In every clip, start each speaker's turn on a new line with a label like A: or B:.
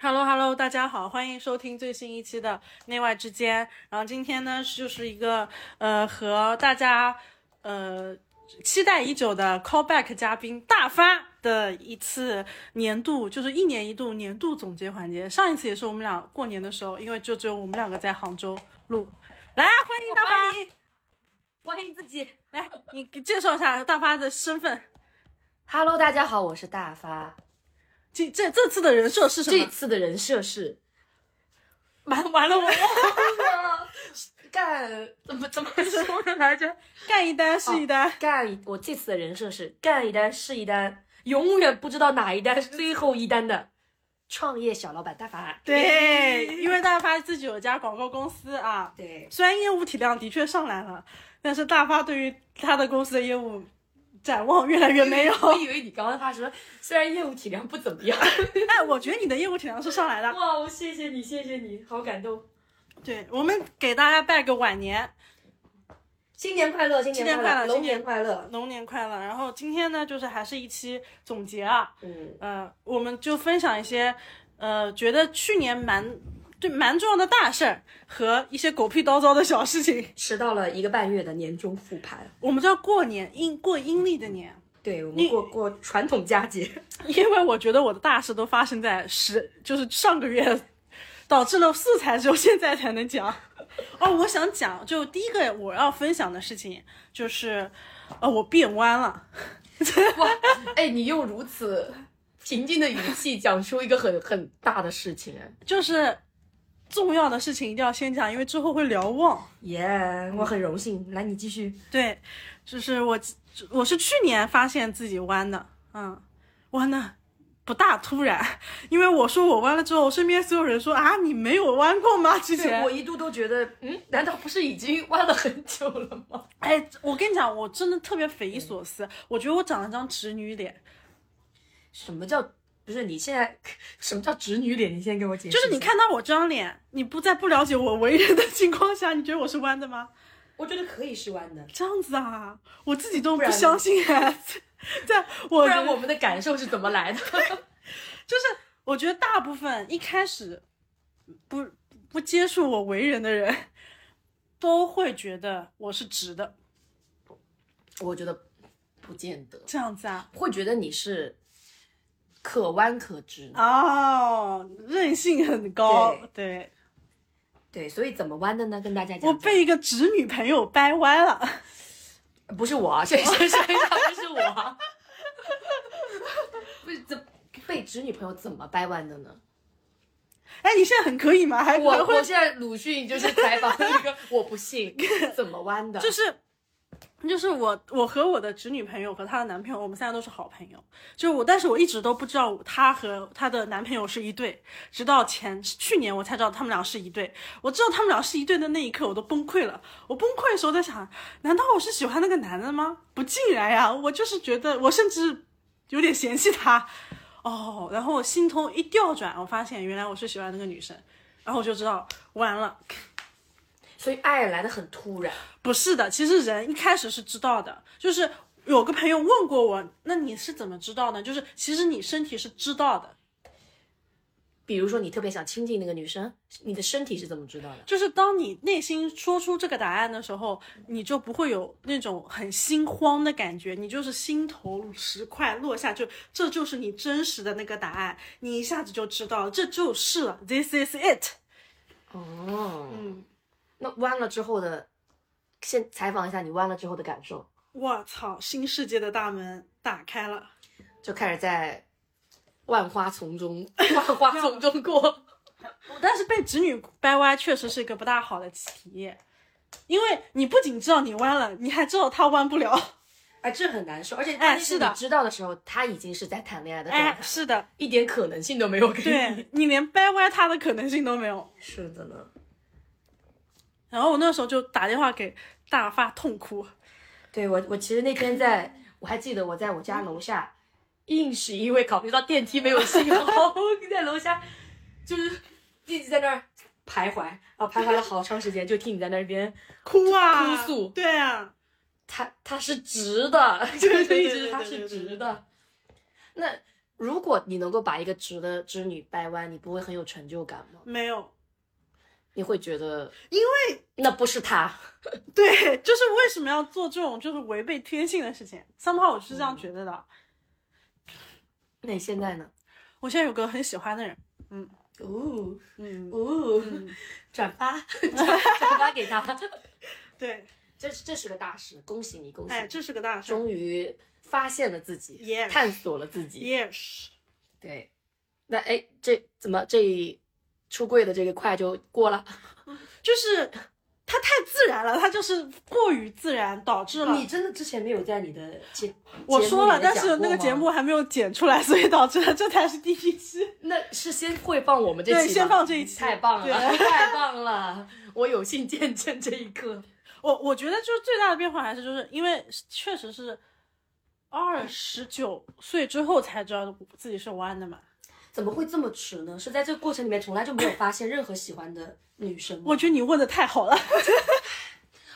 A: Hello Hello，大家好，欢迎收听最新一期的《内外之间》。然后今天呢，就是一个呃和大家呃期待已久的 callback 嘉宾大发的一次年度，就是一年一度年度总结环节。上一次也是我们俩过年的时候，因为就只有我们两个在杭州录。来，啊欢迎大
B: 欢
A: 发，
B: 迎，欢迎自己。
A: 来，你介绍一下大发的身份。
B: Hello，大家好，我是大发。
A: 这这这次的人设是什
B: 这
A: 么？
B: 次的人设是
A: 完 完了我，
B: 干 怎么怎么
A: 我来着，干一单是一单。
B: 干一？我这次的人设是干一单是一单，永远不知道哪一单是最后一单的创业小老板大发。
A: 对，因为大发自己有一家广告公司啊，
B: 对，
A: 虽然业务体量的确上来了，但是大发对于他的公司的业务展望越来越没有。
B: 我以为你刚刚发说，虽然业务体量不怎么样。
A: 哎，我觉得你的业务体量是上来的。
B: 哇，我谢谢你，谢谢你，好感动。
A: 对，我们给大家拜个晚年，
B: 新年快乐，新
A: 年快乐
B: 龙
A: 新年
B: 年快乐。
A: 龙年快乐。然后今天呢，就是还是一期总结啊，
B: 嗯，
A: 呃，我们就分享一些，呃，觉得去年蛮对蛮重要的大事儿和一些狗屁叨叨的小事情。
B: 迟到了一个半月的年终复盘。
A: 我们叫过年阴过阴历的年，
B: 对我
A: 你
B: 们过过传统佳节，
A: 因为我觉得我的大事都发生在十，就是上个月，导致了素材只有现在才能讲。哦，我想讲，就第一个我要分享的事情就是，呃，我变弯了。
B: 哇！哎，你用如此平静的语气讲出一个很很大的事情，哎，
A: 就是重要的事情一定要先讲，因为之后会聊忘。
B: 耶、我很荣幸。来，你继续。
A: 对，就是我，我是去年发现自己弯的，嗯，弯的不大突然，因为我说我弯了之后，身边所有人说啊，你没有弯过吗？之前
B: 我一度都觉得，啊嗯，难道不是已经弯了很久了吗？
A: 哎，我跟你讲，我真的特别匪夷所思。我觉得我长了张直女脸，
B: 什么叫不是？你现在什么叫直女脸？你先给我解释。
A: 就是你，看到我这张脸，你不在不了解我为人的情况下，你觉得我是弯的吗？
B: 我觉得可以是弯的，
A: 这样子啊，我自己都
B: 不
A: 不
B: 然呢
A: 相信哎。在
B: 不
A: 我
B: 然我们的感受是怎么来的？
A: 就是我觉得大部分一开始不不接触我为人的人，都会觉得我是直的。
B: 我觉得不见得，
A: 这样子啊，
B: 会觉得你是可弯可直。
A: 哦，韧性很高，
B: 对
A: 对
B: 对，所以怎么弯的呢？跟大家讲讲。
A: 我被一个直女朋友掰弯了。
B: 不是我啊，谁谁谁啊？不是我啊，不是怎被侄女朋友怎么掰弯的 呢？
A: 哎，你现在很可以吗？还
B: 我
A: 还会
B: 我现在鲁迅就是采访那个，我不信怎么弯的，
A: 就是。就是我，我和我的侄女朋友和她的男朋友，我们三个都是好朋友。就是我，但是我一直都不知道她和她的男朋友是一对，直到前去年我才知道他们俩是一对。我知道他们俩是一对的那一刻，我都崩溃了。我崩溃的时候在想，难道我是喜欢那个男的吗？不尽然呀，我就是觉得，我甚至有点嫌弃他。哦，然后我心头一调转，我发现原来我是喜欢那个女生，然后我就知道完了。
B: 所以爱来的很突然。
A: 不是的，其实人一开始是知道的，就是有个朋友问过我，那你是怎么知道呢？就是其实你身体是知道的，
B: 比如说你特别想亲近那个女生，你的身体是怎么知道的？
A: 就是当你内心说出这个答案的时候，你就不会有那种很心慌的感觉，你就是心头石块落下，就这就是你真实的那个答案，你一下子就知道了，这就是了，this is it。
B: 哦，
A: 嗯，
B: 那弯了之后的，先采访一下你弯了之后的感受，
A: 我操，新世界的大门打开了。
B: 就开始在万花丛中， 万花丛中过。
A: 但是被直女掰弯确实是一个不大好的体验，因为你不仅知道你弯了，你还知道他弯不了。
B: 哎，这很难受，而且
A: 哎
B: 关键
A: 是的
B: 你知道的时候，他已经是在谈恋爱的状态，
A: 哎，是的，
B: 一点可能性都没有给你。
A: 对你连掰弯他的可能性都没有。
B: 是的呢，
A: 然后我那时候就打电话给大发痛哭，
B: 对我，我其实那天在，我还记得我在我家楼下， 硬是因为考虑到电梯没有信号， 在楼下就是一直在那儿徘徊，然后徘徊了好长时间，就听你在那边，
A: 哭啊，
B: 哭诉
A: 对啊，
B: 他他是直的，就
A: 对对
B: 是
A: 对
B: 一直他是
A: 对对对
B: 直的。那如果你能够把一个直的织女掰弯，你不会很有成就感吗？
A: 没有，
B: 你会觉得，
A: 因
B: 为那不是他，
A: 对，就是为什么要做这种就是违背天性的事情？somehow 我是这样觉得的。
B: 那你现在呢？
A: 我现在有个很喜欢的人，
B: 哦
A: 嗯，
B: 哦，
A: 嗯
B: 转发 转发给他，
A: 对，
B: 这这是个大事，恭喜你，恭喜
A: 哎，
B: 你，
A: 这是个大事。
B: 终于发现了自己
A: Yes
B: 探索了自己。
A: Yes，
B: 对，那哎，这怎么这出柜的这个快就过了？
A: 就是他太自然了，他就是过于自然，导致了
B: 你真的之前没有在你的节
A: 我
B: 节目
A: 说了，
B: 里面
A: 但
B: 讲
A: 是那
B: 过
A: 个
B: 吗
A: 节目还没有剪出来，所以导致了这才是第一期。
B: 那是先会放我们这期
A: 对
B: 吗，嗯
A: 先放这一期
B: 太棒了，
A: 对
B: 太棒了！我有幸见证这一刻。
A: 我我觉得就是最大的变化还是就是因为确实是二十九岁之后才知道自己是弯的嘛。
B: 怎么会这么迟呢？是在这个过程里面从来就没有发现任何喜欢的女生吗？
A: 我觉得你问的太好了。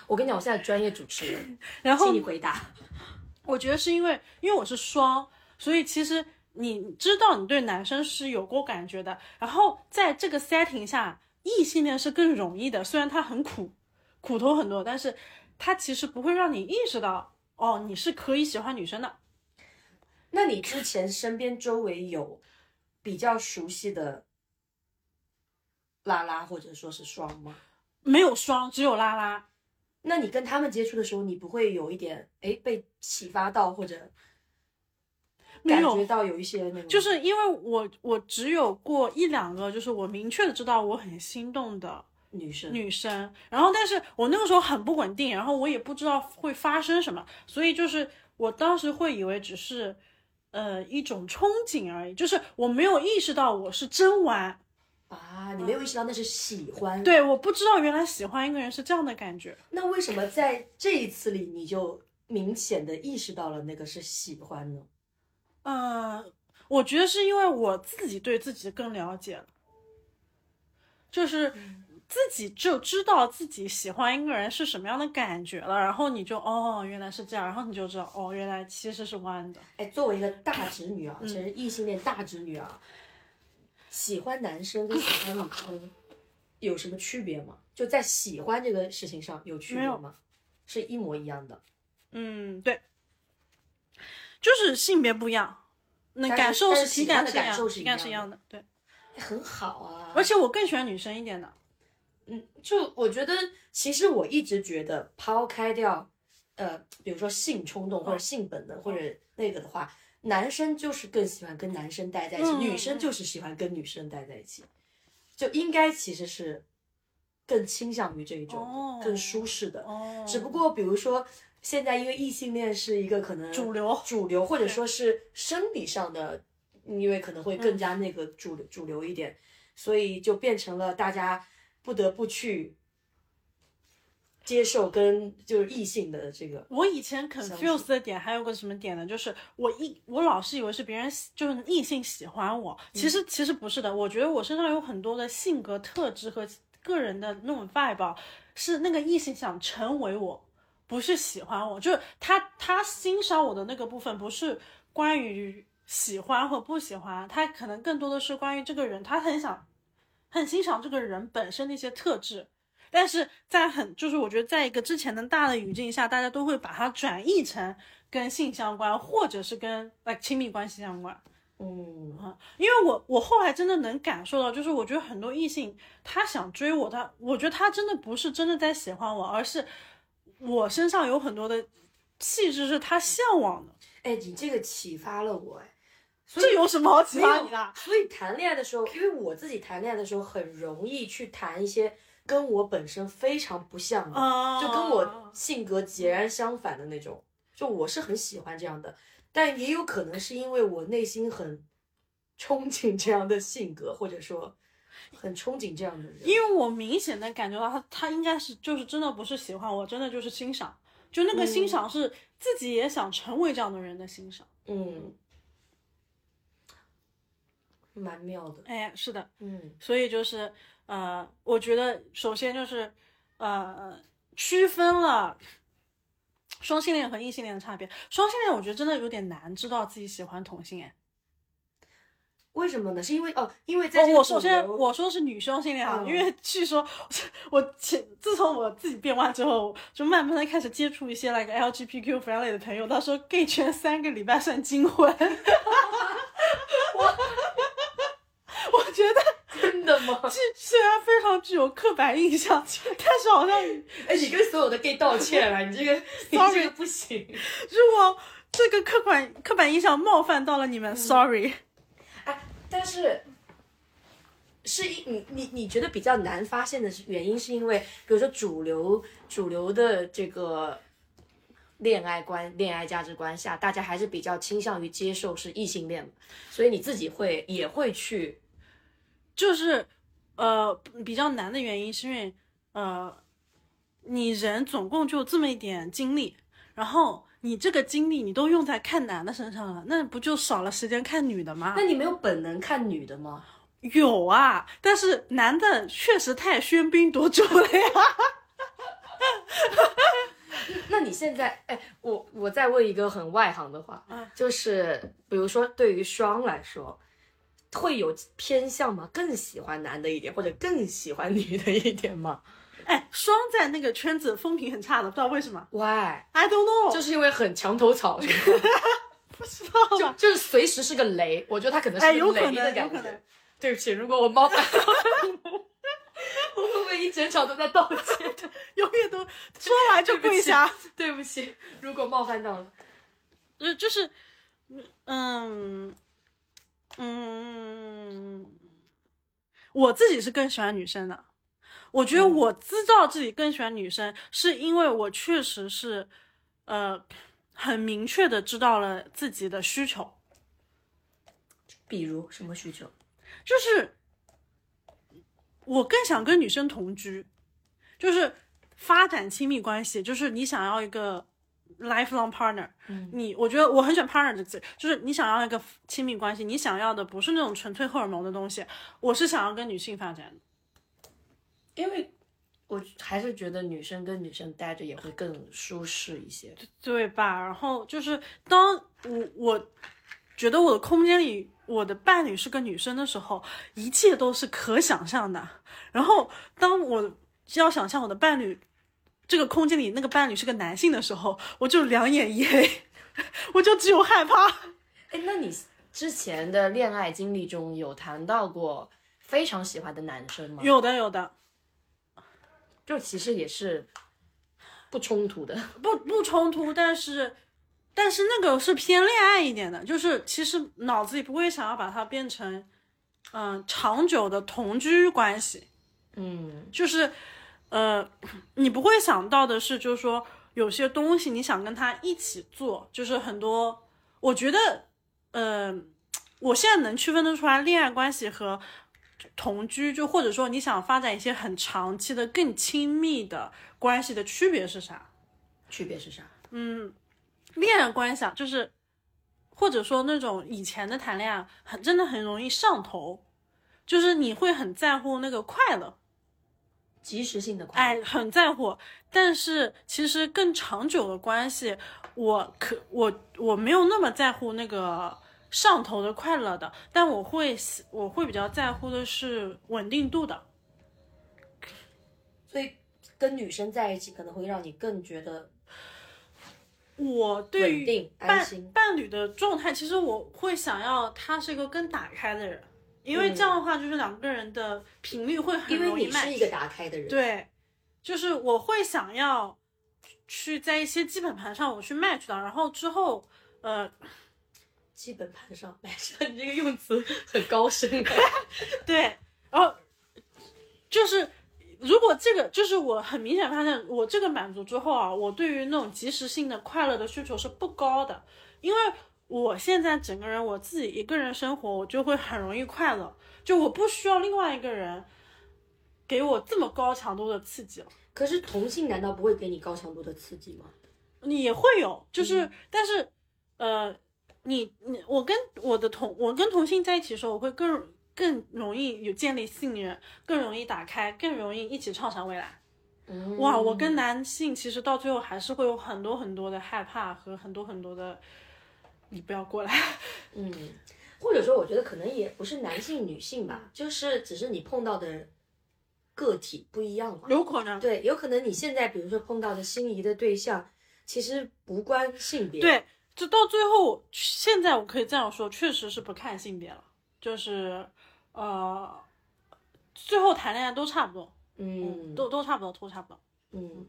B: 我跟你讲，我现在专业主持人，
A: 然后
B: 请你回答。
A: 我觉得是因为因为我是双，所以其实你知道你对男生是有过感觉的。然后在这个 setting 下，异性恋是更容易的，虽然它很苦，苦头很多，但是它其实不会让你意识到哦，你是可以喜欢女生的。
B: 那你之前身边周围有比较熟悉的拉拉或者说是双吗？
A: 没有双，只有拉拉。
B: 那你跟他们接触的时候，你不会有一点哎被启发到或者
A: 没
B: 感
A: 有
B: 觉到有一些那种，
A: 就是因为我我只有过一两个，就是我明确的知道我很心动的
B: 女生
A: 女生，然后但是我那个时候很不稳定，然后我也不知道会发生什么，所以就是我当时会以为只是呃一种憧憬而已，就是我没有意识到我是真玩，
B: 啊，你没有意识到那是喜欢。，
A: 对，我不知道原来喜欢一个人是这样的感觉，
B: 那为什么在这一次里你就明显的意识到了那个是喜欢呢？
A: 呃，我觉得是因为我自己对自己更了解了，就是自己就知道自己喜欢一个人是什么样的感觉了，然后你就哦原来是这样，然后你就知道哦原来其实是弯的，
B: 哎，作为一个 大直女啊，其实异性恋大直女啊，喜欢男生跟喜欢女生有什么区别吗？就在喜欢这个事情上有区
A: 没
B: 别
A: 有
B: 吗？是一模一样的。
A: 嗯对，就是性别不一样。那
B: 但是
A: 感受
B: 但
A: 是
B: 是
A: 体
B: 喜欢
A: 感
B: 的
A: 是一
B: 感
A: 样，
B: 受是
A: 体
B: 一
A: 感
B: 样
A: 是一
B: 的
A: 样的，对。
B: 很好啊，
A: 而且我更喜欢女生一点的，
B: 嗯，就我觉得，其实我一直觉得，抛开掉，呃，比如说性冲动
A: 嗯
B: 或者性本能或者那个的话，男生就是更喜欢跟男生待在一起，
A: 嗯嗯
B: 女生
A: 嗯
B: 就是喜欢跟女生待在一起，就应该其实是更倾向于这一种的、
A: 哦
B: 更舒适的。
A: 哦，
B: 只不过比如说，现在因为异性恋是一个可能
A: 主流
B: 主流，或者说是生理上的，因为可能会更加那个主流、主流一点，所以就变成了大家不得不去接受跟就是异性的这个。
A: 我以前
B: 相
A: confuse 的点还有个什么点呢？就是我一我老是以为是别人喜就是异性喜欢我，其实、其实不是的。我觉得我身上有很多的性格特质和个人的那种 vibe，啊是那个异性想成为我，不是喜欢我，就是他他欣赏我的那个部分不是关于喜欢或不喜欢，他可能更多的是关于这个人，他很想很欣赏这个人本身的一些特质。但是在很就是我觉得在一个之前的大的语境下，大家都会把它转译成跟性相关，或者是跟 like 亲密关系相关。
B: 嗯，
A: 因为我我后来真的能感受到，就是我觉得很多异性他想追我，他我觉得他真的不是真的在喜欢我，而是我身上有很多的气质是他向往的。
B: 哎，你这个启发了我哎，所以
A: 这有什么好启
B: 没
A: 发
B: 有
A: 你的？
B: 所以谈恋爱的时候，因为我自己谈恋爱的时候很容易去谈一些跟我本身非常不像的，
A: 啊，
B: 就跟我性格截然相反的那种。就我是很喜欢这样的，但也有可能是因为我内心很憧憬这样的性格，或者说很憧憬这样的人。
A: 因为我明显的感觉到他，他应该是就是真的不是喜欢我，真的就是欣赏，就那个欣赏是自己也想成为这样的人的欣赏。
B: 嗯，蛮妙的。
A: 哎，是的，
B: 嗯，
A: 所以就是呃，我觉得首先就是呃，区分了双性恋和异性恋的差别。双性恋我觉得真的有点难知道自己喜欢同性哎，
B: 为什么呢？是因为哦，因为在
A: 哦，
B: 这个
A: 我首先
B: 主流
A: 我说是女生心里啊，
B: 嗯
A: 因为据说 我前自从我自己变弯之后，就慢慢的开始接触一些 like LGBTQ friendly 的朋友，他说 gay 圈三个礼拜算金婚， 我我 觉得
B: 真的吗？
A: 这虽然非常具有刻板印象， 但是好像
B: 哎，你跟所有的 gay 道歉啊了，你 这个你
A: Sorry
B: 这个不行。
A: 如果这个刻板刻板印象冒犯到了你们、s o r r y
B: 哎，但是是因你你你觉得比较难发现的是原因，是因为比如说主流主流的这个恋爱观、恋爱价值观下，大家还是比较倾向于接受是异性恋，所以你自己会也会去
A: 就是呃比较难的原因是因为呃你人总共就这么一点精力，然后你这个精力你都用在看男的身上了，那不就少了时间看女的吗？
B: 那你没有本能看女的吗？
A: 有啊，但是男的确实太喧宾夺主了呀。
B: 那你现在，哎，我我再问一个很外行的话，
A: 嗯
B: 就是比如说对于双来说，会有偏向吗？更喜欢男的一点，或者更喜欢女的一点吗
A: 哎，双在那个圈子风评很差的，不知道为什么
B: ？Why？
A: ，I don't know，
B: 就是因为很墙头草，是吗
A: 不知道
B: 就
A: 吧。
B: 就是随时是个雷。我觉得他可能
A: 哎
B: 是
A: 有
B: 个
A: 可
B: 雷的
A: 能有
B: 感
A: 可能
B: 觉。对不起，如果我冒犯到你 们，我会不会一整场都在道歉？
A: 永远都说完就
B: 对不
A: 跪
B: 起
A: 下。
B: 对不起，如果冒犯到了，
A: 就就是，嗯嗯，我自己是更喜欢女生的。我觉
B: 嗯
A: 得我知道自己更喜欢女生，是因为我确实是，呃，很明确的知道了自己的需求，
B: 比如什么需求？
A: 就是我更想跟女生同居，就是发展亲密关系，就是你想要一个 lifelong partner，、
B: 嗯
A: 你我觉得我很喜欢 partner 这个词，就是你想要一个亲密关系，你想要的不是那种纯粹荷尔蒙的东西，我是想要跟女性发展的。
B: 因为我还是觉得女生跟女生待着也会更舒适一些。
A: 对吧？然后就是当我我觉得我的空间里我的伴侣是个女生的时候，一切都是可想象的。然后当我要想象我的伴侣这个空间里那个伴侣是个男性的时候，我就两眼一黑， 我就只有害怕。
B: 哎，那你之前的恋爱经历中有谈到过非常喜欢的男生吗？
A: 有的有的，
B: 就其实也是不冲突的。
A: 不不冲突，但是但是那个是偏恋爱一点的，就是其实脑子里不会想要把它变成嗯、长久的同居关系。
B: 嗯，
A: 就是，呃，你不会想到的是，就是说有些东西你想跟他一起做，就是很多，我觉得，呃，我现在能区分得出来恋爱关系和同居，就或者说你想发展一些很长期的、更亲密的关系的区别是啥？
B: 区别是啥？
A: 恋爱关系啊，就是或者说那种以前的谈恋爱，啊很真的很容易上头，就是你会很在乎那个快乐。
B: 及时性的快乐。
A: 哎，很在乎。但是其实更长久的关系，我可我我没有那么在乎那个上头的快乐的，但我会喜我会比较在乎的是稳定度的。
B: 所以跟女生在一起可能会让你更觉得
A: 我对
B: 稳
A: 于
B: 定、安
A: 伴
B: 心。
A: 伴侣的状态，其实我会想要他是一个更打开的人，因为这样的话就是两个人的频率会很
B: 嗯因为
A: 容易
B: 你是
A: match。
B: 一个打开的人，
A: 对，就是我会想要去在一些基本盘上我去 match 到，然后之后呃
B: 基本盘上 买上，你这个用词很高深。啊
A: 对，然后就是如果这个就是我很明显发现我这个满足之后啊，我对于那种及时性的快乐的需求是不高的，因为我现在整个人我自己一个人生活，我就会很容易快乐，就我不需要另外一个人给我这么高强度的刺激了。
B: 可是同性难道不会给你高强度的刺激吗？
A: 你也会有，就是、
B: 嗯
A: 但是，呃，你你我跟我的同我跟同性在一起的时候，我会更更容易有建立信任，更容易打开，更容易一起畅想未来。
B: 嗯
A: 哇，我跟男性其实到最后还是会有很多很多的害怕和很多很多的，你不要过来。
B: 嗯，或者说我觉得可能也不是男性女性吧，就是只是你碰到的个体不一样嘛。
A: 有可能。
B: 对，有可能你现在比如说碰到的心仪的对象，其实无关性别。，
A: 对，就到最后，现在我可以这样说，确实是不看性别了，就是呃，最后谈恋爱都差不多，
B: 嗯，
A: 都都差不多，都差不多。
B: 嗯，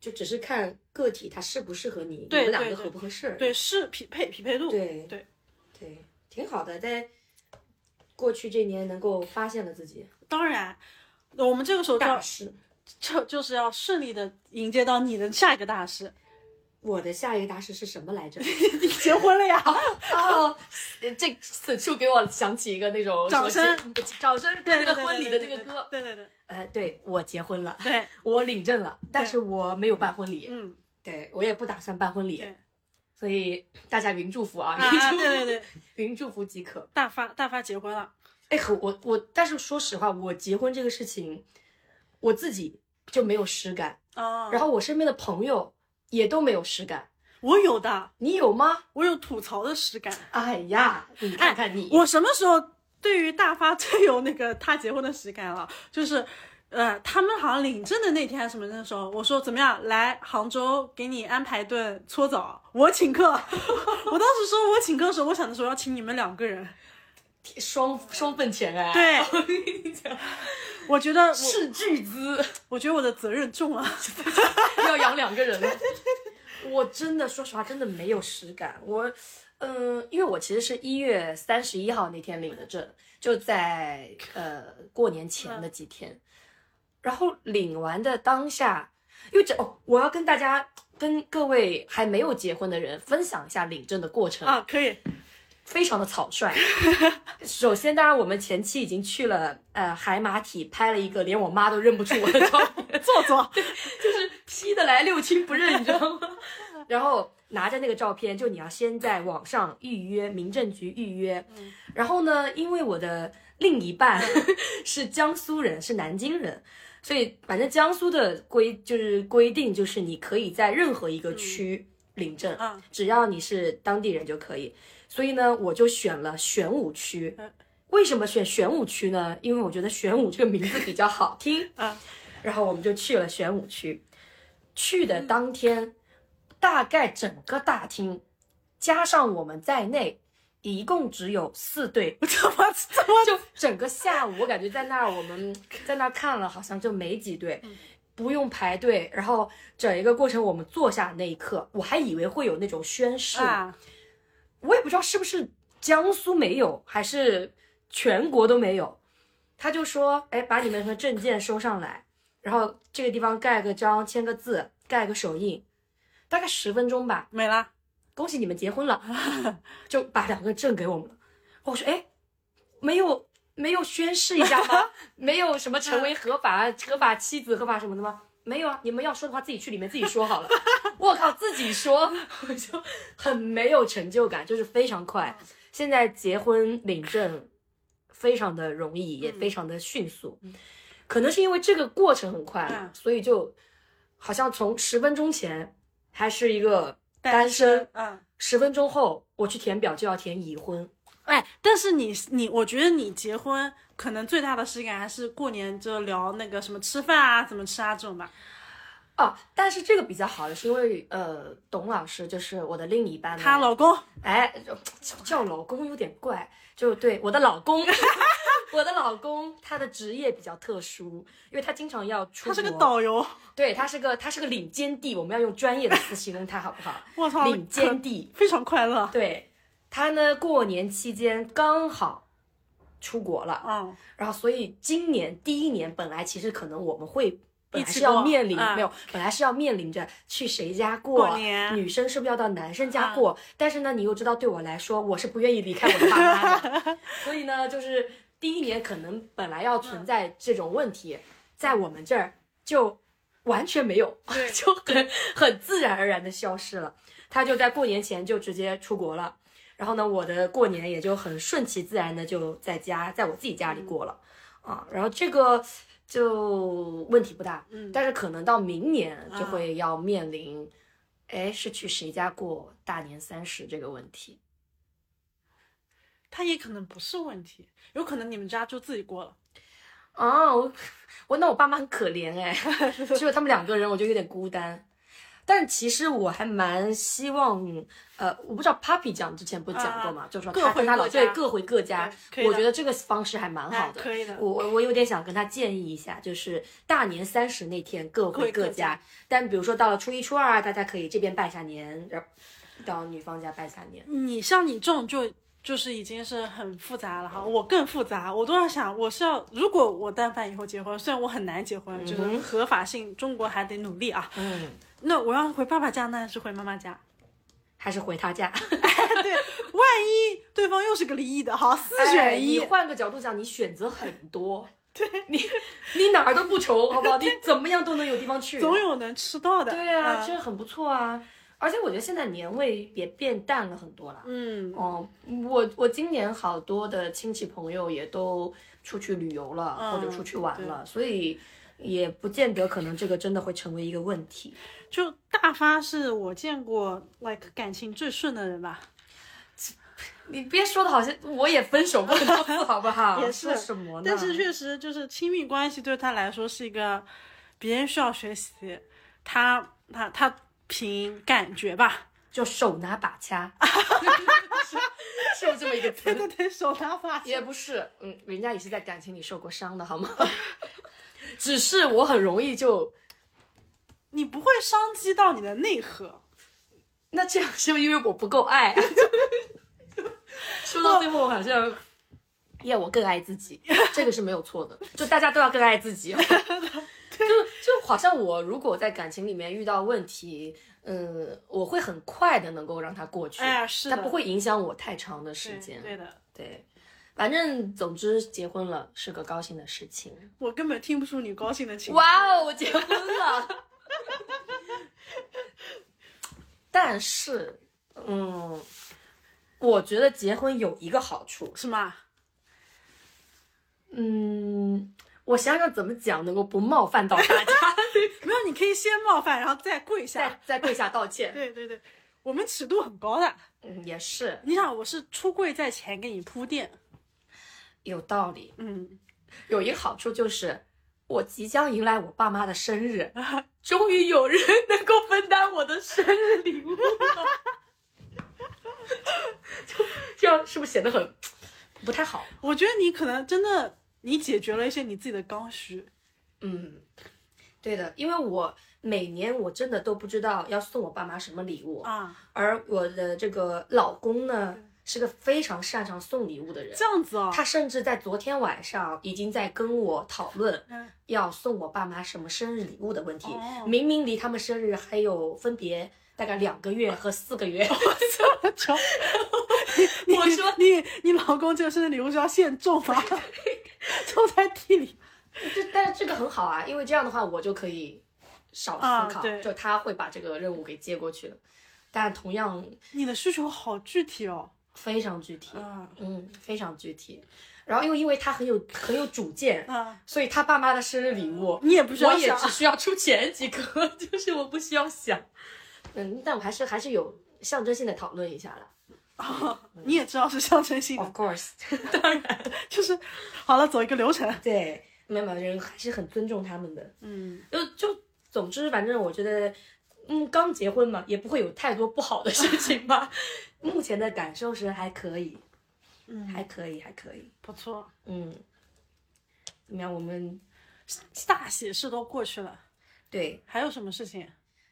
B: 就只是看个体他适不适合你，
A: 对
B: 你们两
A: 对
B: 个
A: 对
B: 合不合适。
A: 对，是匹配匹配度。
B: 对
A: 对
B: 对，挺好的，在过去这一年能够发现了自己，
A: 当然，我们这个时候就
B: 大
A: 要
B: 师。
A: 就就是要顺利的迎接到你的下一个大事，
B: 我的下一个大师是什么来着？
A: 你结婚了呀！
B: 哦，这此处给我想起一个那种
A: 掌声
B: 什么结，掌声
A: 对
B: 那
A: 对
B: 个
A: 对
B: 婚礼的那个歌。
A: 对对对
B: 呃，对我结婚了，
A: 对 对，
B: 我领证了，但是我没有办婚礼，
A: 嗯，
B: 对我也不打算办婚礼
A: 对，
B: 所以大家云祝福啊，
A: 啊
B: 云
A: 啊
B: 祝福，
A: 对对 对，
B: 云祝福即可。
A: 大发大发结婚了，
B: 哎，和我我，但是说实话，我结婚这个事情，我自己就没有实感，
A: 啊，
B: 然后我身边的朋友也都没有实感。
A: 我有的，
B: 你有吗？
A: 我有吐槽的实感。
B: 哎呀，你看看你，
A: 我什么时候对于大发最有那个他结婚的实感了？ 就是，呃，他们好像领证的那天还是什么那时候，我说怎么样来杭州给你安排顿搓澡，我请客。 我当时说我请客的时候，我想的时候要请你们两个 人。
B: 双双份钱哎，
A: 对，我觉得我
B: 斥巨资
A: 我觉得我的责任重了。
B: 要养两个人了。我真的说实话，真的没有实感。我，嗯、因为我其实是一月三十一号那天领的证，就在呃过年前的几天。然后领完的当下，因为这哦，我要跟大家、跟各位还没有结婚的人分享一下领证的过程。
A: 啊，可以，
B: 非常的草率。首先，当然我们前期已经去了呃海马体拍了一个连我妈都认不出我的照片，
A: 坐 坐。
B: 就是批的来六亲不认，你知道吗？ 然后拿着那个照片，就你要先在网上预约民政局预约，
A: 嗯
B: 然后呢，因为我的另一 半是江苏人，是南京人。所以，反正江苏的规就是规定，就是你可以在任何一个区领证，
A: 嗯啊
B: 只要你是当地人就可以。所以呢，我就选了玄武区
A: 嗯。
B: 为什么选玄武区呢？因为我觉得玄武这个名字比较好听
A: 啊。
B: 然后我们就去了玄武区。去的当天，大概整个大厅加上我们在内，一共只有四对。
A: 怎么怎么
B: 就整个下午，我感觉在那儿我们在那儿看了，好像就没几对。不用排队，然后整一个过程，我们坐下那一刻，我还以为会有那种宣誓，
A: 啊？
B: 我也不知道是不是江苏没有，还是全国都没有。他就说：“哎，把你们的证件收上来，然后这个地方盖个章，签个字，盖个手印，大概十分钟吧。
A: 没了。
B: 恭喜你们结婚了， 就把两个证给我们了。”我说：“哎，没有没有宣誓一下吗？没有什么成为合法合法妻子、合法什么的吗？没有啊，你们要说的话自己去里面自己说好了。我靠，自己说，我就很没有成就感，就是非常快。现在结婚领证非常的容易，也非常的迅速，可能是因为这个过程很快
A: 嗯，
B: 所以就好像从十分钟前还是一个单身，
A: 嗯。
B: 十分钟后我去填表就要填已婚。
A: 哎，但是你你，我觉得你结婚可能最大的实感还是过年就聊那个什么吃饭啊、怎么吃啊这种吧。
B: 哦，但是这个比较好的是因为呃，董老师就是我的另一半呢，
A: 她老公
B: 哎叫叫老公有点怪，就对我的老公， 我的老公他的职业比较特殊，因为他经常要出
A: 他
B: 国，
A: 是个导游，
B: 对他是个他是个领尖地，我们要用专业的词形容他好不 好？
A: 我操，
B: 领
A: 可
B: 尖地，
A: 非常快乐。
B: 对他呢，过年期间刚好出国了，
A: 嗯，
B: 然后，所以今年第一年本来其实可能我们会本来
A: 一起
B: 是
A: 过
B: 要面临、
A: 嗯
B: 没有，本来是要面临着去谁家过
A: 过年啊
B: 女生是不是要到男生家过？但是呢，你又知道对我来说，我是不愿意离开我的爸妈的， 所以呢，就是第一年可能本来要
A: 嗯
B: 存在这种问题，在我们这儿就完全没有，
A: 对
B: 就很很自然而然的消失了。他就在过年前就直接出国了。然后呢，我的过年也就很顺其自然的就在家，在我自己家
A: 嗯
B: 里过了、啊。然后这个就问题不大，
A: 嗯
B: 但是可能到明年就
A: 啊
B: 会要面临，哎、是去谁家过大年三十这个问题。
A: 他也可能不是问题，有可能你们家就自己过了。
B: 哦，我我那我爸妈很可怜哎， 只有他们两个人，我就有点孤单。但其实我还蛮希望，呃，我不知道 Papi 讲之前不是讲过嘛，就说
A: 啊各
B: 他
A: 回
B: 跟他老
A: 各家
B: 对各回各家
A: 对可以，的
B: 我觉得这个方式还蛮好
A: 哎
B: 的。
A: 可以的
B: 我我我有点想跟他建议一下，就是大年三十那天各
A: 各回
B: 回各
A: 各家
B: 家，但比如说到了初一初二啊，大家可以这边拜下年，然后到女方家拜下年。
A: 你像你这种就就是已经是很复杂了哈，我更复杂，我都要想我是要，如果我但凡以后结婚，虽然我很难结婚，就是合法性中国还得努力啊，
B: 嗯，
A: 那我要回爸爸家呢，还是回妈妈家？
B: 还是回他家，
A: 对，万一对方又是个离异的，好，四
B: 哎
A: 选一。
B: 你换个角度讲，你选择很多， 对你你哪儿都不愁，好不好？你怎么样都能有地方去。
A: 总有能吃到的，
B: 对啊，
A: 嗯
B: 这很不错啊。而且我觉得现在年味也变淡了很多了。
A: 嗯，
B: 哦，我我今年好多的亲戚朋友也都出去旅游了，
A: 嗯
B: 或者出去玩了，所以也不见得可能这个真的会成为一个问题。
A: 就大发是我见过 like 感情最顺的人吧，
B: 你别说的好像我也分手过很多次，好不好？
A: 也是
B: 说什么呢？
A: 但是确实就是亲密关系对他来说是一个，别人需要学习，他他他凭感觉吧，
B: 就手拿把掐，是不是这么一个词？
A: 对对，手拿把
B: 也不是，嗯，人家也是在感情里受过伤的，好吗？ 只是我很容易就，
A: 你不会伤及到你的内核。
B: 那这样是不是因为我不够爱？啊 说到最后，好像，要哦我更爱自己，这个是没有错的。就大家都要更爱自己，就 就好像我如果在感情里面遇到问题，嗯，我会很快的能够让它过去，
A: 哎呀，是
B: 它
A: 的，
B: 不会影响我太长的
A: 对
B: 时间。
A: 对的，
B: 对，反正总之结婚了是个高兴的事情。
A: 我根本听不出你高兴的情绪。
B: 哇哦，我结婚了。 但是，嗯，我觉得结婚有一个好处，
A: 是吗？
B: 嗯，我想想怎么讲能够不冒犯到 大家，
A: 没有，你可以先冒犯，然后再跪下。
B: 再再跪下道歉。
A: 对对对，我们尺度很高的。
B: 嗯，也是
A: 你想，我是出柜在前给你铺垫，
B: 有道理。
A: 嗯，
B: 有一个好处就是，我即将迎来我爸妈的生日， 终于有人能够分担我的生日礼物了。 这样是不是显得很不太好？
A: 我觉得你可能真的你解决了一些你自己的刚需，
B: 嗯，对的，因为我每年我真的都不知道要送我爸妈什么礼物，
A: 啊，
B: 而我的这个老公呢，是个非常擅长送礼物的人
A: 这。样子哦，
B: 他甚至在昨天晚上已经在跟我讨论
A: 嗯
B: 要送我爸妈什么生日礼物的问题
A: 哦，
B: 明明离他们生日还有分别大概两个月和四个月。
A: 哦你
B: 我说
A: 你你老公这个生日礼物是要现种吗？ 种在地里，
B: 这但是这个很好啊，因为这样的话我就可以少
A: 啊
B: 思考，
A: 对
B: 就他会把这个任务给接过去了。但同样
A: 你的需求好具体哦，
B: 非常具体，
A: 啊
B: 嗯，非常具体。然后又因为他很有很有主见，
A: 啊，
B: 所以他爸妈的生日礼物，
A: 你也不需要
B: 我也
A: 想
B: 只需要出钱即可， 就是我不需要想。 嗯，但我还是还是有象征性的讨论一下的。嗯
A: 你也知道是象征性的，
B: course，
A: 就是好了，走一个流程，
B: 对，没有没有人还是很尊重他们的。
A: 嗯，
B: 就就总之，反正我觉得，嗯，刚结婚嘛，也不会有太多不好的事情吧。目前的感受是还可以，
A: 嗯
B: 还可以，还可以。
A: 不错，
B: 嗯，怎么样？我们
A: 大喜事都过去了，
B: 对
A: 还有什么事情？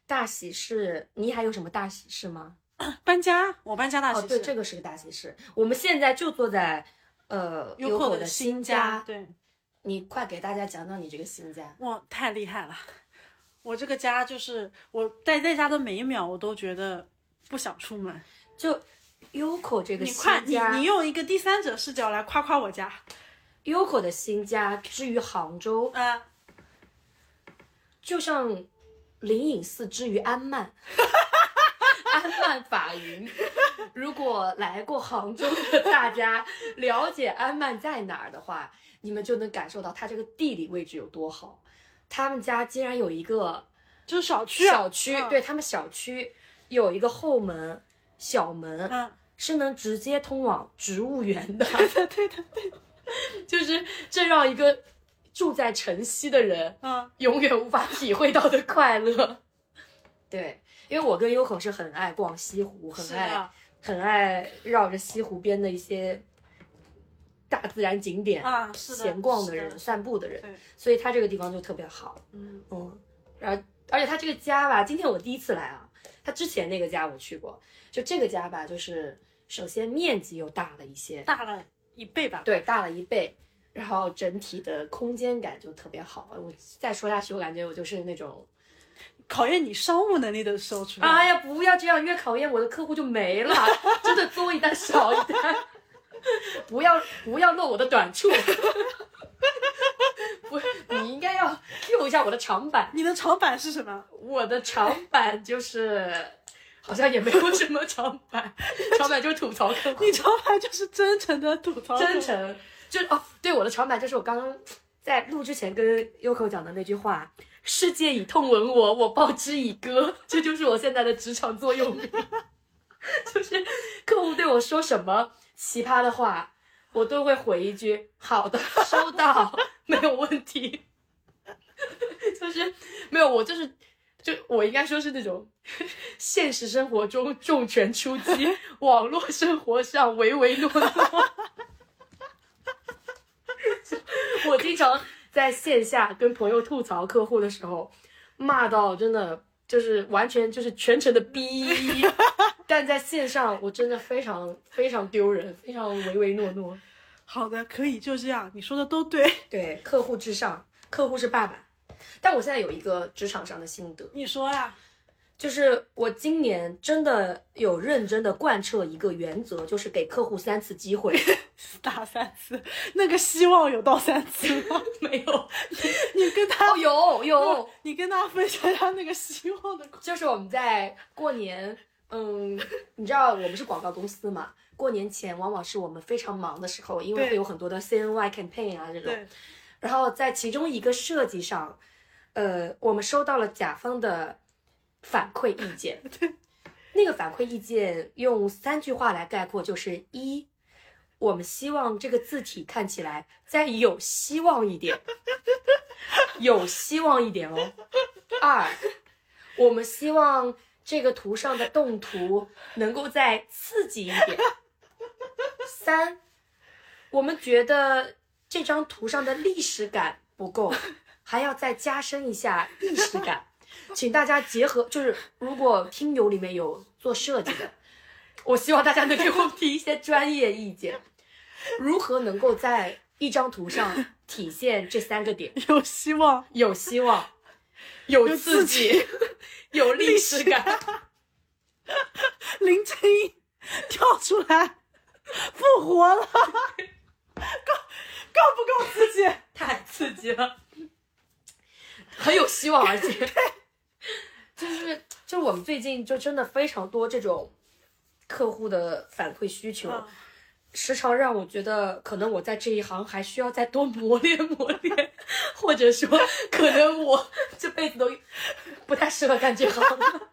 B: 大喜事，你还有什么大喜事吗？
A: 搬家，我搬家大
B: 哦，
A: 喜
B: 对，
A: 事，
B: 这个是个大喜事。我们现在就坐在呃
A: 优酷
B: 酷
A: 的
B: 的新
A: 家，对，
B: 你快给大家讲讲你这个新家。
A: 哇，太厉害了！ 我这个家就是我待在家的每一秒，我都觉得不想出门。
B: 就 Uco 这个
A: 你
B: 新
A: 快，你
B: 家
A: 你用一个第三者视角来夸夸我家。
B: ，Uco 的新家之于杭州，
A: 嗯，
B: 就像灵隐寺之于安曼。安曼法云，如果来过杭州的大家了解安曼在哪儿的话，你们就能感受到它这个地理位置有多好。他们家竟然有一个
A: 就是小区啊。
B: 小区，对他们小区有一个后门、小门，
A: 嗯，
B: 是能直接通往植物园的。 对的，对的，对的，就是这让一个住在城西的人
A: 嗯，
B: 永远无法体会到的快乐。 对，因为我跟优口是很爱逛西湖，
A: 是
B: 很爱、
A: 啊，
B: 很爱绕着西湖边的一些大自然景点
A: 啊，是的，
B: 闲逛的
A: 是
B: 人、散步的人，
A: 对，
B: 所以他这个地方就特别好。
A: 嗯，
B: 嗯，然后而且他这个家吧，今天我第一次来啊，他之前那个家我去过，就这个家吧，就是首先面积又大了一些，
A: 大了一倍吧，
B: 对，大了一倍，然后整体的空间感就特别好。我再说下去，我感觉我就是那种，
A: 考验你商务能力的时候出现。
B: 哎呀，不要这样，越考验我的客户就没了， 真的多一单少一单， 不要不要露我的短处。 不，你应该要 Q 一下我的长板。
A: 你的长板是什么？
B: 我的长板就是，好像也没有什么长板， 长板就是吐槽客户，
A: 你长板就是真诚的吐槽，
B: 真。诚。就哦，对，我的长板就是我刚刚在录之前跟 Yoko 讲的那句话：“世界以痛吻我，我报之以歌。”这就是我现在的职场座右铭， 就是客户对我说什么奇葩的话，我都会回一句：“好的，收到，没有问题。”就是没有，我就是就我应该说是那种现实生活中重拳出击，网络生活上唯唯诺诺。我经常在线下跟朋友吐槽客户的时候，骂到真的就是完全就是全程的 逼，但在线上我真的非常非常丢人，非常唯唯诺诺。
A: 好的，可以，就这样，你说的都对。
B: 对，客户至上，客户是爸爸。但我现在有一个职场上的心得，
A: 你说呀、
B: 就是我今年真的有认真的贯彻一个原则，就是给客户三次机会。
A: 打三次，那个希望有到三次吗？
B: 没 有，
A: 你跟他
B: 哦，有有，
A: 你跟他分享一下那个希望的故事。
B: 就是我们在过年，嗯，你知道我们是广告公司嘛，过年前往往是我们非常忙的时候，因为
A: 对
B: 会有很多的 CNY campaign 啊这种。
A: 对，
B: 然后在其中一个设计上，呃，我们收到了甲方的反馈意见。那个反馈意见用三句话来概括，就是一，我们希望这个字体看起来再有希望一点，有希望一点哦。二，我们希望这个图上的动图能够再刺激一点。三，我们觉得这张图上的历史感不 够，还要再加深一下意识感。请大家结合，就是如果听友里面有做设计 的，我希望大家能给我提一些专业意见，如何能够在一张图上体现这三个点：
A: 有希望，
B: 有希望，有
A: 有刺
B: 刺激， 有历史感。
A: 林正英跳出来复活了，够 够不够刺激？
B: 太刺激了，很有希望，而且 就是就是我们最近就真的非常多这种客户的反馈需求，
A: 嗯
B: 时常让我觉得可能我在这一行还需要再多磨练磨练， 或者说可能我这辈子都不太适合干这行。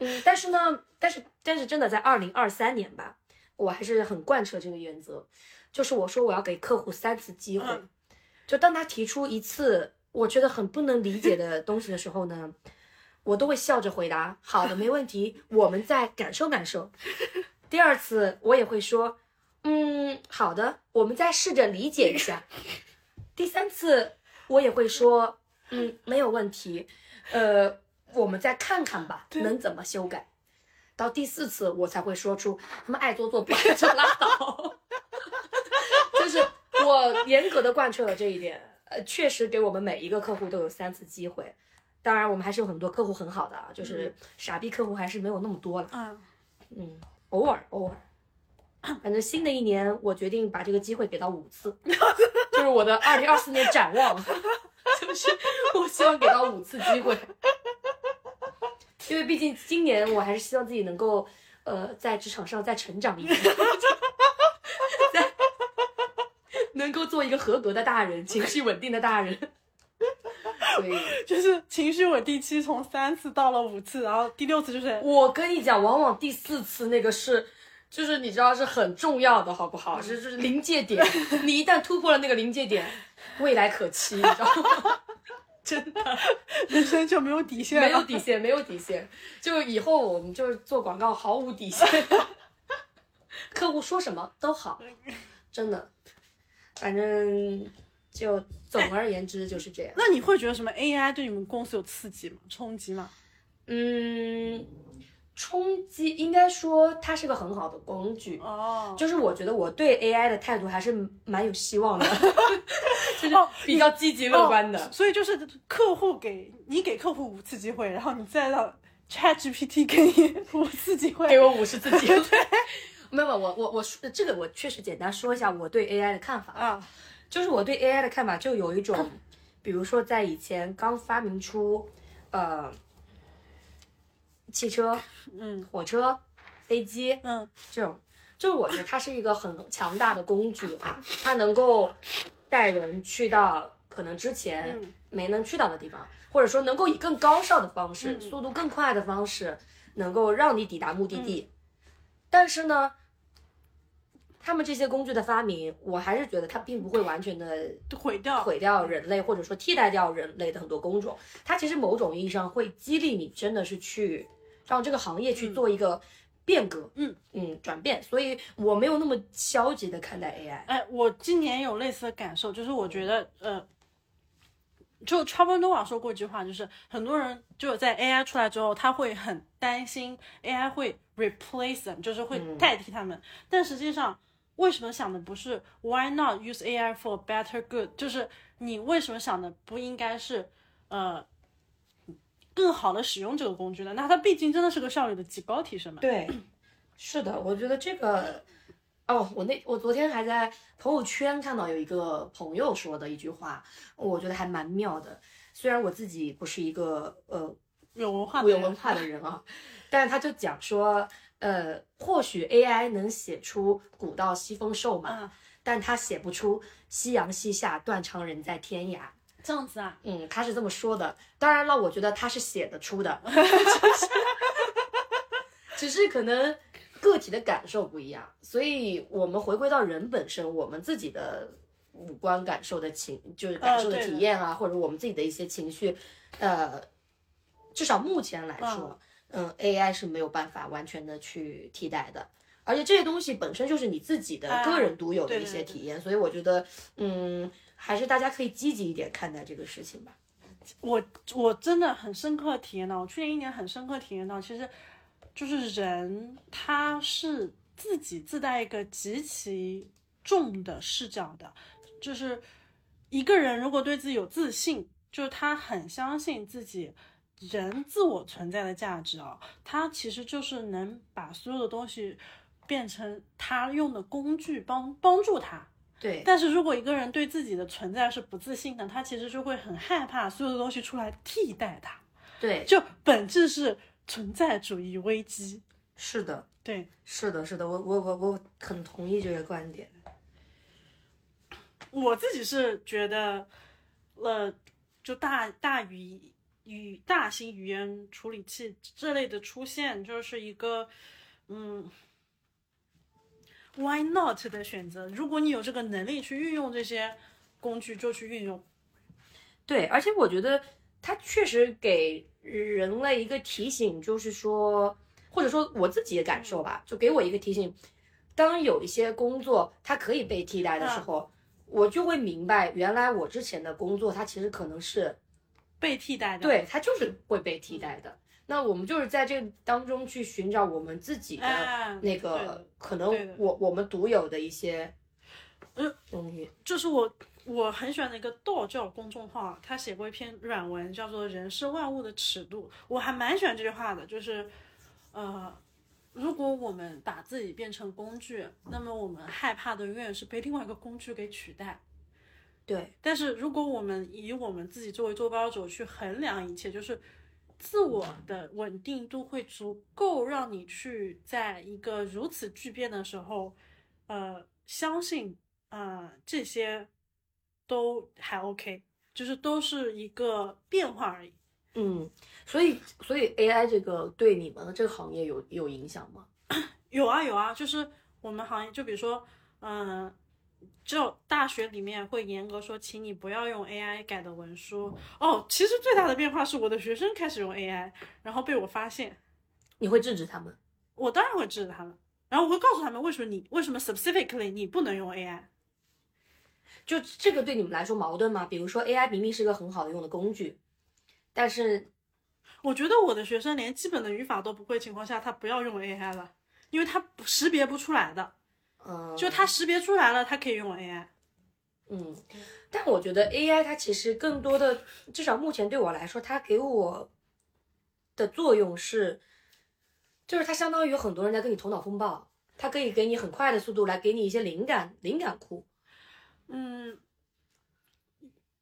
B: 嗯，但是呢，但是但是真的在二零二三年吧，我还是很贯彻这个原则，就是我说我要给客户三次机会，
A: 嗯
B: 就当他提出一次我觉得很不能理解的东西的时候呢，我都会笑着回答：“好的，没问题，我们再感受感受。”第二次我也会说：“嗯，好的，我们再试着理解一下。”第三次我也会说：“嗯，没有问题，呃，我们再看看吧，
A: 对
B: 能怎么修改。”到第四次我才会说出“他们爱做做，不爱做拉倒”，就是我严格的贯彻了这一点。呃，确实给我们每一个客户都有三次机会。当然，我们还是有很多客户很好的啊，就是傻逼客户还是没有那么多了。
A: 嗯，
B: 嗯，偶尔偶尔。反正新的一年，我决定把这个机会给到五次， 就是我的二零二四年展望， 就是我希望给到五次机会，因为毕竟今年我还是希望自己能够呃在职场上再成长一点， 再能够做一个合格的大人，情绪稳定的大人。 所以，
A: 就是情绪稳定期从三次到了五次，然后第六次就是
B: 我跟你讲，往往第四次那个是就是你知道是很重要的，好不好？是是临界点，你一旦突破了那个临界点，未来可期，你知道吗？真的
A: 人生就没有底线了，
B: 没有底线，没有底线，就以后我们就是做广告毫无底线，客户说什么都好，真的，反正就总而言之就是这样。
A: 那你会觉得什么 AI 对你们公司有刺激吗？冲击吗？
B: 嗯，冲击应该说它是个很好的工具，
A: 哦，
B: 就是我觉得我对 AI 的态度还是蛮有希望的，就是
A: 哦
B: 比较积极 乐观的。
A: 哦所以就是客户给你给客户五次机会，然后你再让 ChatGPT 给你五次机会，
B: 给我五十次 机会。没有，没有我我我说这个我确实简单说一下我对 AI 的看法，
A: 啊，
B: 就是我对 AI 的看法就有一种，比如说在以前刚发明出，呃，汽车、
A: 嗯
B: 火车、飞机
A: 嗯
B: 这种，就是我觉得它是一个很强大的工具啊，它能够带人去到可能之前
A: 嗯
B: 没能去到的地方，或者说能够以更高效的方
A: 嗯
B: 式、速度更快的方式，能够让你抵达目的
A: 嗯
B: 地。但是呢，他们这些工具的发明，我还是觉得它并不会完全的
A: 就毁掉，
B: 毁掉人类，或者说替代掉人类的很多工种。它其实某种意义上会激励你，真的是去让这个行业去做一个变革，
A: 嗯
B: 嗯，转变。所以我没有那么消极的看待 AI。
A: 哎，我今年有类似的感受，就是我觉得，呃，就 Trevor Noah 说过一句话，就是很多人就在 AI 出来之后，他会很担心 AI 会 replace them，就是会代替他们。但实际上，为什么想的不是 Why not use AI for better good？就是你为什么想的不应该是呃更好的使用这个工具呢？那它毕竟真的是个效率的极高提升嘛。
B: 对，是的，我觉得这个，哦，我那我昨天还在朋友圈看到有一个朋友说的一句话，我觉得还蛮妙的。虽然我自己不是一个呃
A: 有文化的
B: 古有
A: 人
B: 文化的人啊，但是他就讲说，呃，或许 AI 能写出“古道西风瘦马”，
A: 嗯
B: 但他写不出“夕阳西下，断肠人在天涯”。
A: 这样子啊，
B: 嗯，他是这么说的。当然了，我觉得他是写得出的， 只是可能个体的感受不一样。所以我们回归到人本身，我们自己的五官感受的情，就是感受的
A: 呃对的
B: 体验啊，或者我们自己的一些情绪，呃，至少目前来说，嗯 a i 是没有办法完全的去替代的。而且这些东西本身就是你自己的
A: 哎
B: 个人独有的
A: 对
B: 一
A: 对
B: 些
A: 对
B: 体验，所以我觉得，嗯，还是大家可以积极一点看待这个事情吧。
A: 我我真的很深刻体验到，我去年一年很深刻体验到，其实就是人他是自己自带一个极其重的视角的，就是一个人如果对自己有自信，就是他很相信自己人自我存在的价值啊、他其实就是能把所有的东西变成他用的工具帮帮助他，
B: 对，
A: 但是如果一个人对自己的存在是不自信的，他其实就会很害怕所有的东西出来替代他，
B: 对，
A: 就本质是存在主义危机。
B: 是的，
A: 对，
B: 是的，是的，我我我我很同意这个观点。
A: 我自己是觉得，呃，就大大语语大型语言处理器这类的出现，就是一个，嗯，why not 的选择。如果你有这个能力去运用这些工具，就去运用。
B: 对，而且我觉得它确实给人类一个提醒，就是说，或者说我自己的感受吧，就给我一个提醒。当有一些工作它可以被替代的时
A: 嗯
B: 候，我就会明白，原来我之前的工作它其实可能是
A: 被替代的，
B: 对它就是会被替代
A: 嗯
B: 的。那我们就是在这个当中去寻找我们自己的
A: 哎，
B: 那
A: 对的
B: 个可
A: 对的
B: 能我我们独有的一些
A: 呃
B: 东西。
A: 就是我我很喜欢的一个道教公众号啊，他写过一篇软文，叫做《人是万物的尺度》，我还蛮喜欢这句话的，就是，呃，如果我们把自己变成工具，那么我们害怕的永远是被另外一个工具给取代。
B: 对，
A: 但是如果我们以我们自己作为坐标轴去衡量一切，就是自我的稳定度会足够让你去在一个如此巨变的时候，呃，相信呃这些都还 OK，就是都是一个变化而已。
B: 嗯，所以所以 AI 这个对你们这个行业有有影响吗？
A: 有啊有啊，就是我们好像就比如说，嗯、只有大学里面会严格说，请你不要用 AI 改的文书。哦，其实最大的变化是我的学生开始用 AI，然后被我发现，
B: 你会制止他们？
A: 我当然会制止他们，然后我会告诉他们为什么你为什么 specifically 你不能用 AI。
B: 就这个对你们来说矛盾吗？比如说 AI 明明是个很好的用的工具，但是
A: 我觉得我的学生连基本的语法都不会情况下，他不要用 AI 了，因为他不识别不出来的，
B: 嗯，
A: 就他识别出来了，他可以用 AI。
B: 嗯，但我觉得 AI 它其实更多的，至少目前对我来说，它给我的作用是，就是它相当于有很多人在跟你头脑风暴，它可以给你很快的速度来给你一些灵感灵感库。
A: 嗯，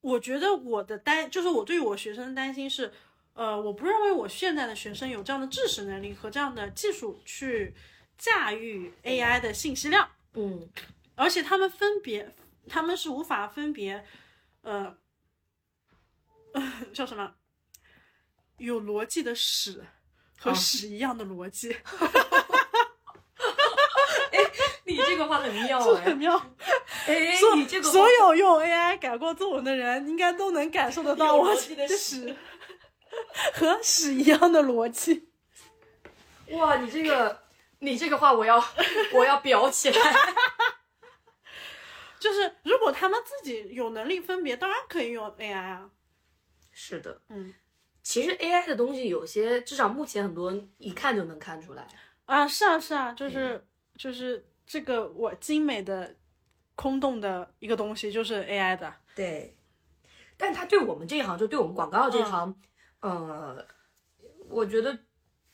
A: 我觉得我的担就是我对我学生的担心是，呃，我不认为我现在的学生有这样的知识能力和这样的技术去驾驭 AI 的信息量，
B: 嗯
A: 而且他们分别，他们是无法分别，呃，叫什么，有逻辑的屎和
B: 啊
A: 屎一样的逻辑，
B: 你这个话很妙
A: 这很妙。
B: 哎
A: 所
B: 你这个
A: 所有用 AI 改过作文的人，应该都能感受得到
B: 有
A: 我
B: 逻辑的
A: 屎 和屎一样的逻辑。
B: 哇，你这个你这个话我要我要表起来。
A: 就是如果他们自己有能力分别，当然可以用 AI 啊。
B: 是的，
A: 嗯，
B: 其实 AI 的东西有些，至少目前很多人一看就能看出来。
A: 啊，是啊，是啊，就是、就是这个我精美的空洞的一个东西，就是 AI 的。
B: 对，但他对我们这一行，就对我们广告这
A: 嗯
B: 一行，呃，我觉得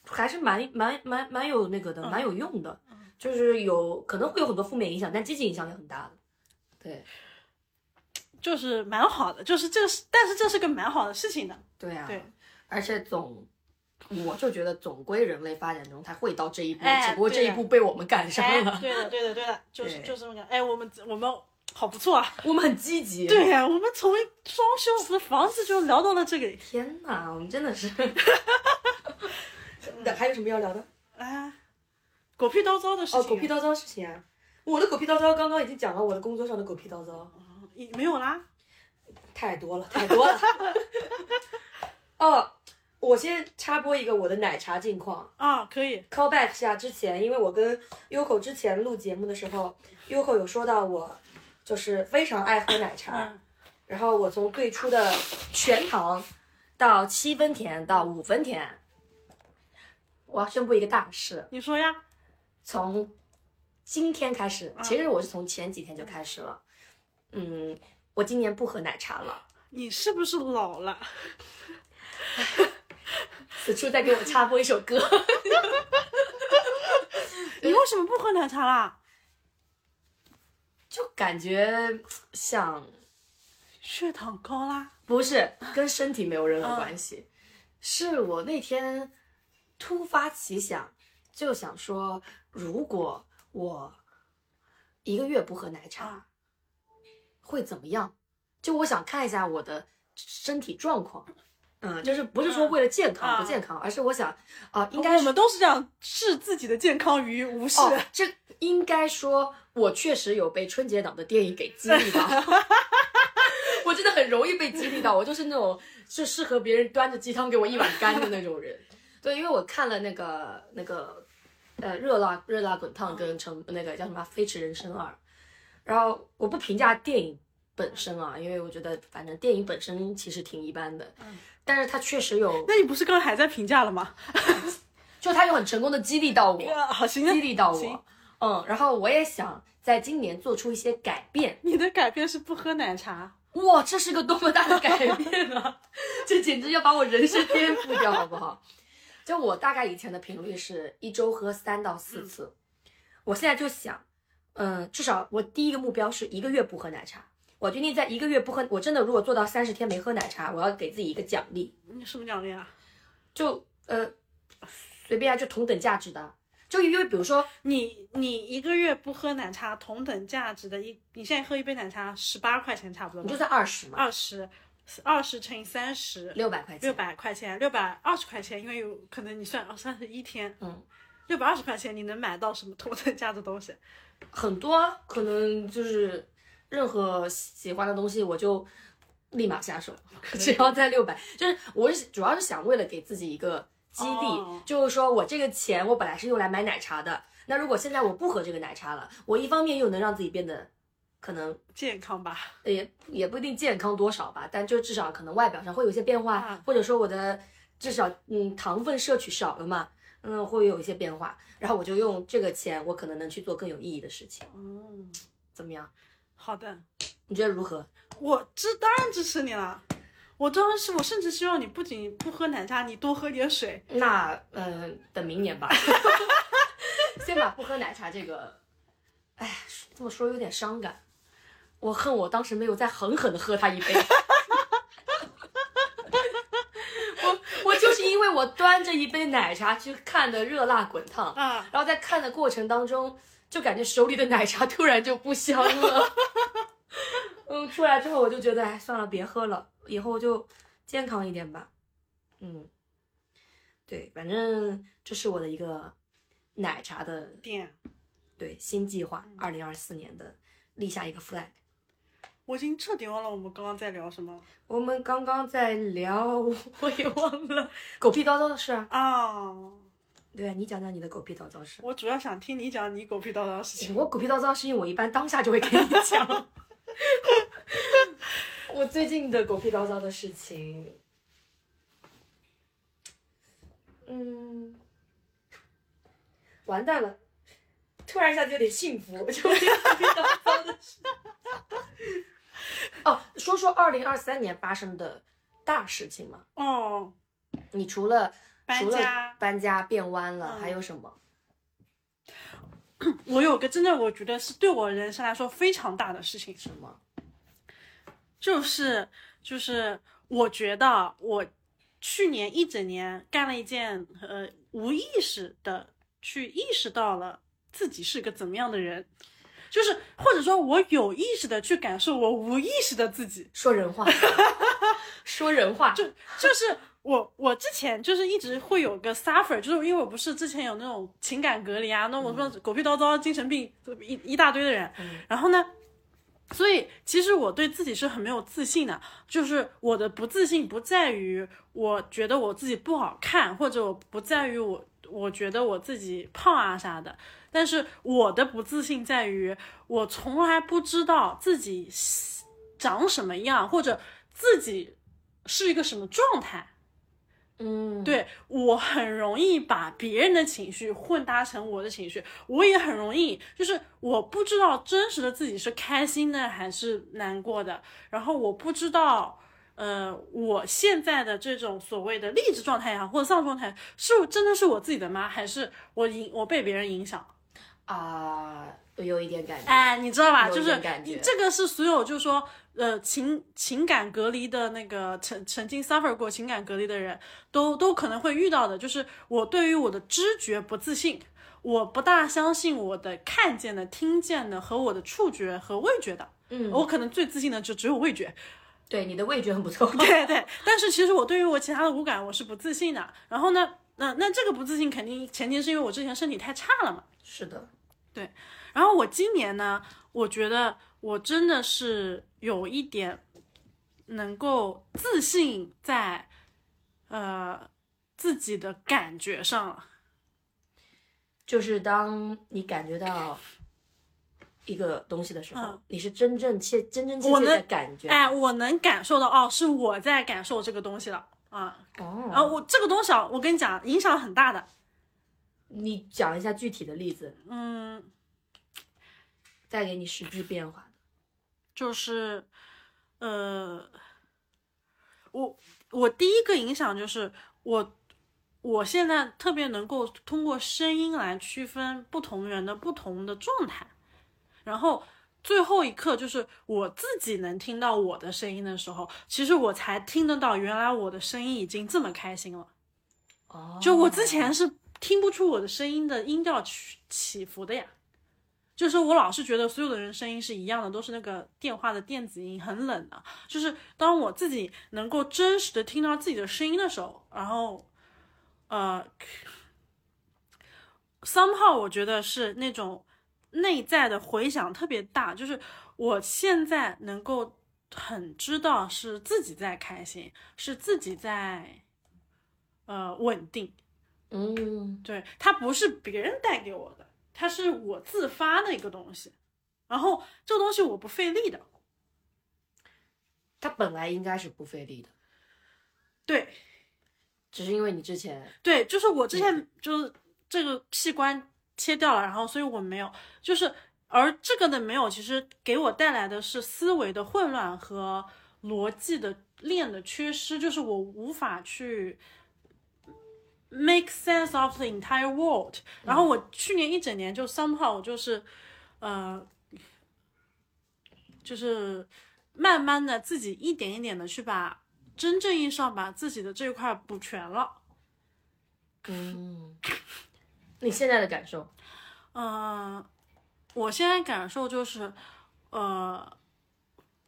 B: 还是蛮蛮蛮蛮有那个的，蛮有
A: 嗯
B: 用的，就是有可能会有很多负面影响，但积极影响也很大的。对，
A: 就是蛮好的，就是这是，但是这是个蛮好的事情的。
B: 对啊，
A: 对
B: 而且总。我就觉得，总归人类发展中，它会到这一步，
A: 哎
B: 只不过这
A: 对
B: 一
A: 的
B: 步被我们赶上
A: 哎
B: 了。，
A: 对的，对的，对的，就是
B: 对
A: 就是这么个。哎，我们我们好不错啊。
B: 我们很积极。，
A: 对呀、我们从装修我们的房子就聊到了这个。
B: 天哪，我们真 的是。还有什么要聊的？
A: 啊，狗屁叨叨的事情、
B: 哦，狗屁叨叨事情啊！我的狗屁叨叨刚刚已经讲了，我的工作上的狗屁叨叨
A: 也没有啦。
B: 太多了，太多了。 哦，我先插播一个我的奶茶近况
A: 啊，可以。
B: ，callback 下之前，因为我跟 Yoko 之前录节目的时候，Yoko 有说到我就是非常爱喝奶茶，
A: 嗯
B: 然后我从最初的全糖到七分甜到五分甜，我要宣布一个大事，
A: 你说呀。
B: 从今天开始，其实我是从前几天就开始了。嗯，我今年不喝奶茶了。
A: 你是不是老了？
B: 此处再给我插播一首歌，
A: 你为什么不喝奶茶啦？
B: 就感觉像
A: 血糖高啦。
B: 不是跟身体没有任何关系，是我那天突发奇想，就想说，如果我一个月不喝奶茶，
A: 啊
B: 会怎么样？就我想看一下我的身体状况，嗯，就是不是说为了健
A: 嗯
B: 康不健康，而是我想啊、应该
A: 我们都是这样置自己的健康于无视。
B: 哦，这应该说我确实有被春节档的电影给激励到。 我真的很容易被激励到，我就是那种是适合别人端着鸡汤给我一碗干的那种人。对，因为我看了那个那个呃热辣热辣滚烫跟成那个叫什么《飞驰人生二》，然后我不评价电影本身啊，因为我觉得反正电影本身其实挺一般的，但是它确实有，
A: 那你不是刚才还在评价了吗？
B: 就它有很成功的激励到我。
A: 啊好，行
B: 激励到
A: 行
B: 我。嗯，然后我也想在今年做出一些改变。
A: 你的改变是不喝奶茶。
B: 哇，这是个多么大的改变啊！ 这简直要把我人生颠覆掉，好不好？就我大概以前的频率是一周喝三到四次，我现在就想，嗯、至少我第一个目标是一个月不喝奶茶。我决定在一个月不喝，我真的如果做到三十天没喝奶茶，我要给自己一个奖励。
A: 你什么奖励啊？
B: 就呃，随便啊，就同等价值的，就因为比如说
A: 你你一个月不喝奶茶，同等价值的一，你现在喝一杯奶茶十八块钱差不多
B: 你
A: 吧
B: 就，算二十嘛，
A: 二十，二十乘以三十，
B: 六百块钱
A: 六，百块钱，六百二十块钱，因为有可能你算哦三十一天，
B: 嗯，
A: 六百二十块钱你能买到什么托特家的东西？
B: 很多啊，可能就是任何喜欢的东西，我就立马下手， 只要在六百。就是我是主要是想为了给自己一个激励，
A: 哦
B: 就是说我这个钱我本来是用来买奶茶的，那如果现在我不喝这个奶茶了，我一方面又能让自己变得可能
A: 健康吧，
B: 也也不一定健康多少吧，但就至少可能外表上会有一些变化，
A: 啊
B: 或者说我的至少嗯糖分摄取少了嘛，嗯会有一些变化，然后我就用这个钱，我可能能去做更有意义的事情，
A: 嗯，
B: 怎么样？
A: 好的，
B: 你觉得如何？
A: 我支当然支持你了。我当时，我甚至希望你不仅不喝奶茶，你多喝点水。
B: 那嗯、呃等明年 吧，先把不喝奶茶这个，哎，这么说有点伤感。我恨我当时没有再狠狠的喝他一杯。 我我就是因为我端着一杯奶茶去看的热辣滚烫，
A: 啊，
B: 然后在看的过程当中，就感觉手里的奶茶突然就不香了。 嗯，出来之后我就觉得，哎，算了，别喝了，以后就健康一点吧。嗯，对，反正这是我的一个奶茶的
A: 点，
B: 对新计划，二零二四年的立下一个 flag。
A: 我已经彻底忘了我们刚刚在聊什么了
B: 我们刚刚在聊， 我也忘了狗屁叨叨的事啊。
A: 啊。
B: 对啊，你讲讲你的狗屁叨叨的事。
A: 我主要想听你讲你狗屁叨叨的事情。
B: 我狗屁叨叨是因为我一般当下就会跟你讲。 我最近的狗屁叨叨的事情，嗯，完蛋了，突然一下子有点幸福，就狗屁叨叨的事。哦，说说二零二三年发生的大事情嘛？
A: 哦，
B: 你除了
A: 搬
B: 除了
A: 家，
B: 搬家变弯了，
A: 嗯
B: 还有什么？
A: 我有个真的我觉得是对我人生来说非常大的事情，
B: 什么？
A: 就是就是，我觉得我去年一整年干了一件呃无意识的去意识到了自己是个怎么样的人，就是或者说我有意识的去感受我无意识的自己，
B: 说 人话，说人话，就
A: 就是我我之前就是一直会有个 suffer，就是因为我不是之前有那种情感隔离啊，那我说狗屁叨叨、精神病一一大堆的人，
B: 嗯
A: 然后呢。所以，其实我对自己是很没有自信的。就是我的不自信不在于我觉得我自己不好看，或者我不在于我我觉得我自己胖啊啥的。但是我的不自信在于我从来不知道自己喜长什么样，或者自己是一个什么状态。
B: 嗯，对。
A: 对我很容易把别人的情绪混搭成我的情绪，我也很容易，就是我不知道真实的自己是开心的还是难过的，然后我不知道，呃，我现在的这种所谓的励志状态呀、或者丧状态，是真的是我自己的吗？还是我影我被别人影响？
B: 啊，我有一点感觉。
A: 哎，你知道吧？
B: 有
A: 就
B: 一
A: 是
B: 点感觉
A: 这个是所有就是说，呃，情情感隔离的那个曾曾经 suffer 过情感隔离的人都都可能会遇到的，就是我对于我的知觉不自信，我不大相信我的看见的、听见的和我的触觉和味觉的。
B: 嗯
A: 我可能最自信的就只有味觉，
B: 对，你的味觉很不错。
A: 对对，但是其实我对于我其他的五感我是不自信的。然后呢，那、那这个不自信肯定前提是因为我之前身体太差了嘛。
B: 是的，
A: 然后我今年呢，我觉得我真的是有一点能够自信在呃自己的感觉上了。
B: 就是当你感觉到一个东西的时候，
A: 嗯
B: 你是真正切、真真切
A: 我
B: 切的
A: 能
B: 感觉。
A: 哎，我能感受到哦，是我在感受这个东西了啊。
B: 哦，
A: 然后我这个东西啊，我跟你讲，影响很大的。
B: 你讲一下具体的例子，
A: 嗯，
B: 带给你实质变化的。
A: 就是，呃，我我第一个影响就是我我现在特别能够通过声音来区分不同人的不同的状态，然后最后一刻就是我自己能听到我的声音的时候，其实我才听得到原来我的声音已经这么开心了。
B: 哦，
A: 就我之前是听不出我的声音的音调起起伏的呀，就是我老是觉得所有的人声音是一样的，都是那个电话的电子音，很冷的。就是当我自己能够真实的听到自己的声音的时候，然后，呃， somehow 我觉得是那种内在的回响特别大，就是我现在能够很知道是自己在开心，是自己在呃稳定，
B: 嗯，
A: 对，它不是别人带给我的，它是我自发的一个东西，然后这个东西我不费力的，
B: 它本来应该是不费力的，
A: 对，
B: 只是因为你之前
A: 对，就是我之前就是这个器官切掉了，然后所以我没有，就是而这个的没有，其实给我带来的是思维的混乱和逻辑的链的缺失，就是我无法去 make sense of the entire world。然后我去年一整年就 somehow 我就是呃，就是慢慢的自己一点一点的去把真正意义上把自己的这一块补全了。
B: 嗯，你现在的感受，
A: 嗯，我现在感受就是，呃，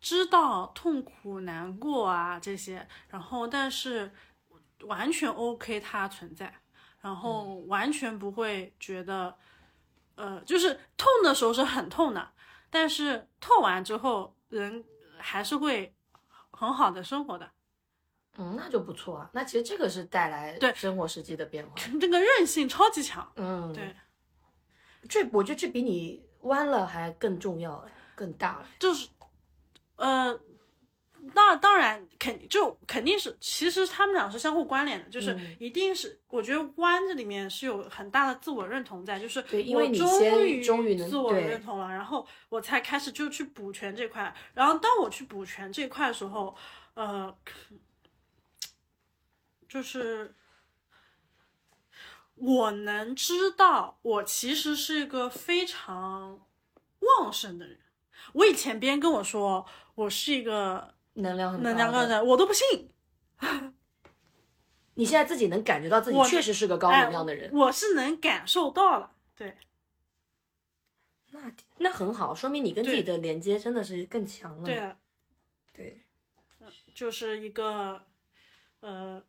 A: 知道痛苦、难过啊这些，然后但是完全 OK 它存在，然后完全不会觉得，呃，就是痛的时候是很痛的，但是痛完之后人还是会很好的生活的。
B: 嗯，那就不错啊。那其实这个是带来
A: 对
B: 生活实际的变化。
A: 这个韧性超级强，
B: 嗯，
A: 对，
B: 这我觉得这比你弯了还更重要，更大了。
A: 就是，呃，那当然肯就肯定是，其实他们俩是相互关联的，就是
B: 嗯
A: 一定是，我觉得弯这里面是有很大的自我认同在，就是
B: 对因
A: 我
B: 为你
A: 终
B: 先
A: 于
B: 终于能
A: 自我
B: 对
A: 认同了，然后我才开始就去补全这块，然后当我去补全这块的时候，呃， 就是我能知道，我其实是一个非常旺盛的人。我以前别人跟我说我是一个
B: 能量很高
A: 能量高
B: 的
A: 的人，我都不信。
B: 你现在自己能感觉到自己
A: 我
B: 确实是个高能量的人，
A: 哎我是能感受到了。对，
B: 那那很好，说明你跟自
A: 对
B: 己的连接真的是更强了。
A: 对的，
B: 对
A: 就是一个，呃，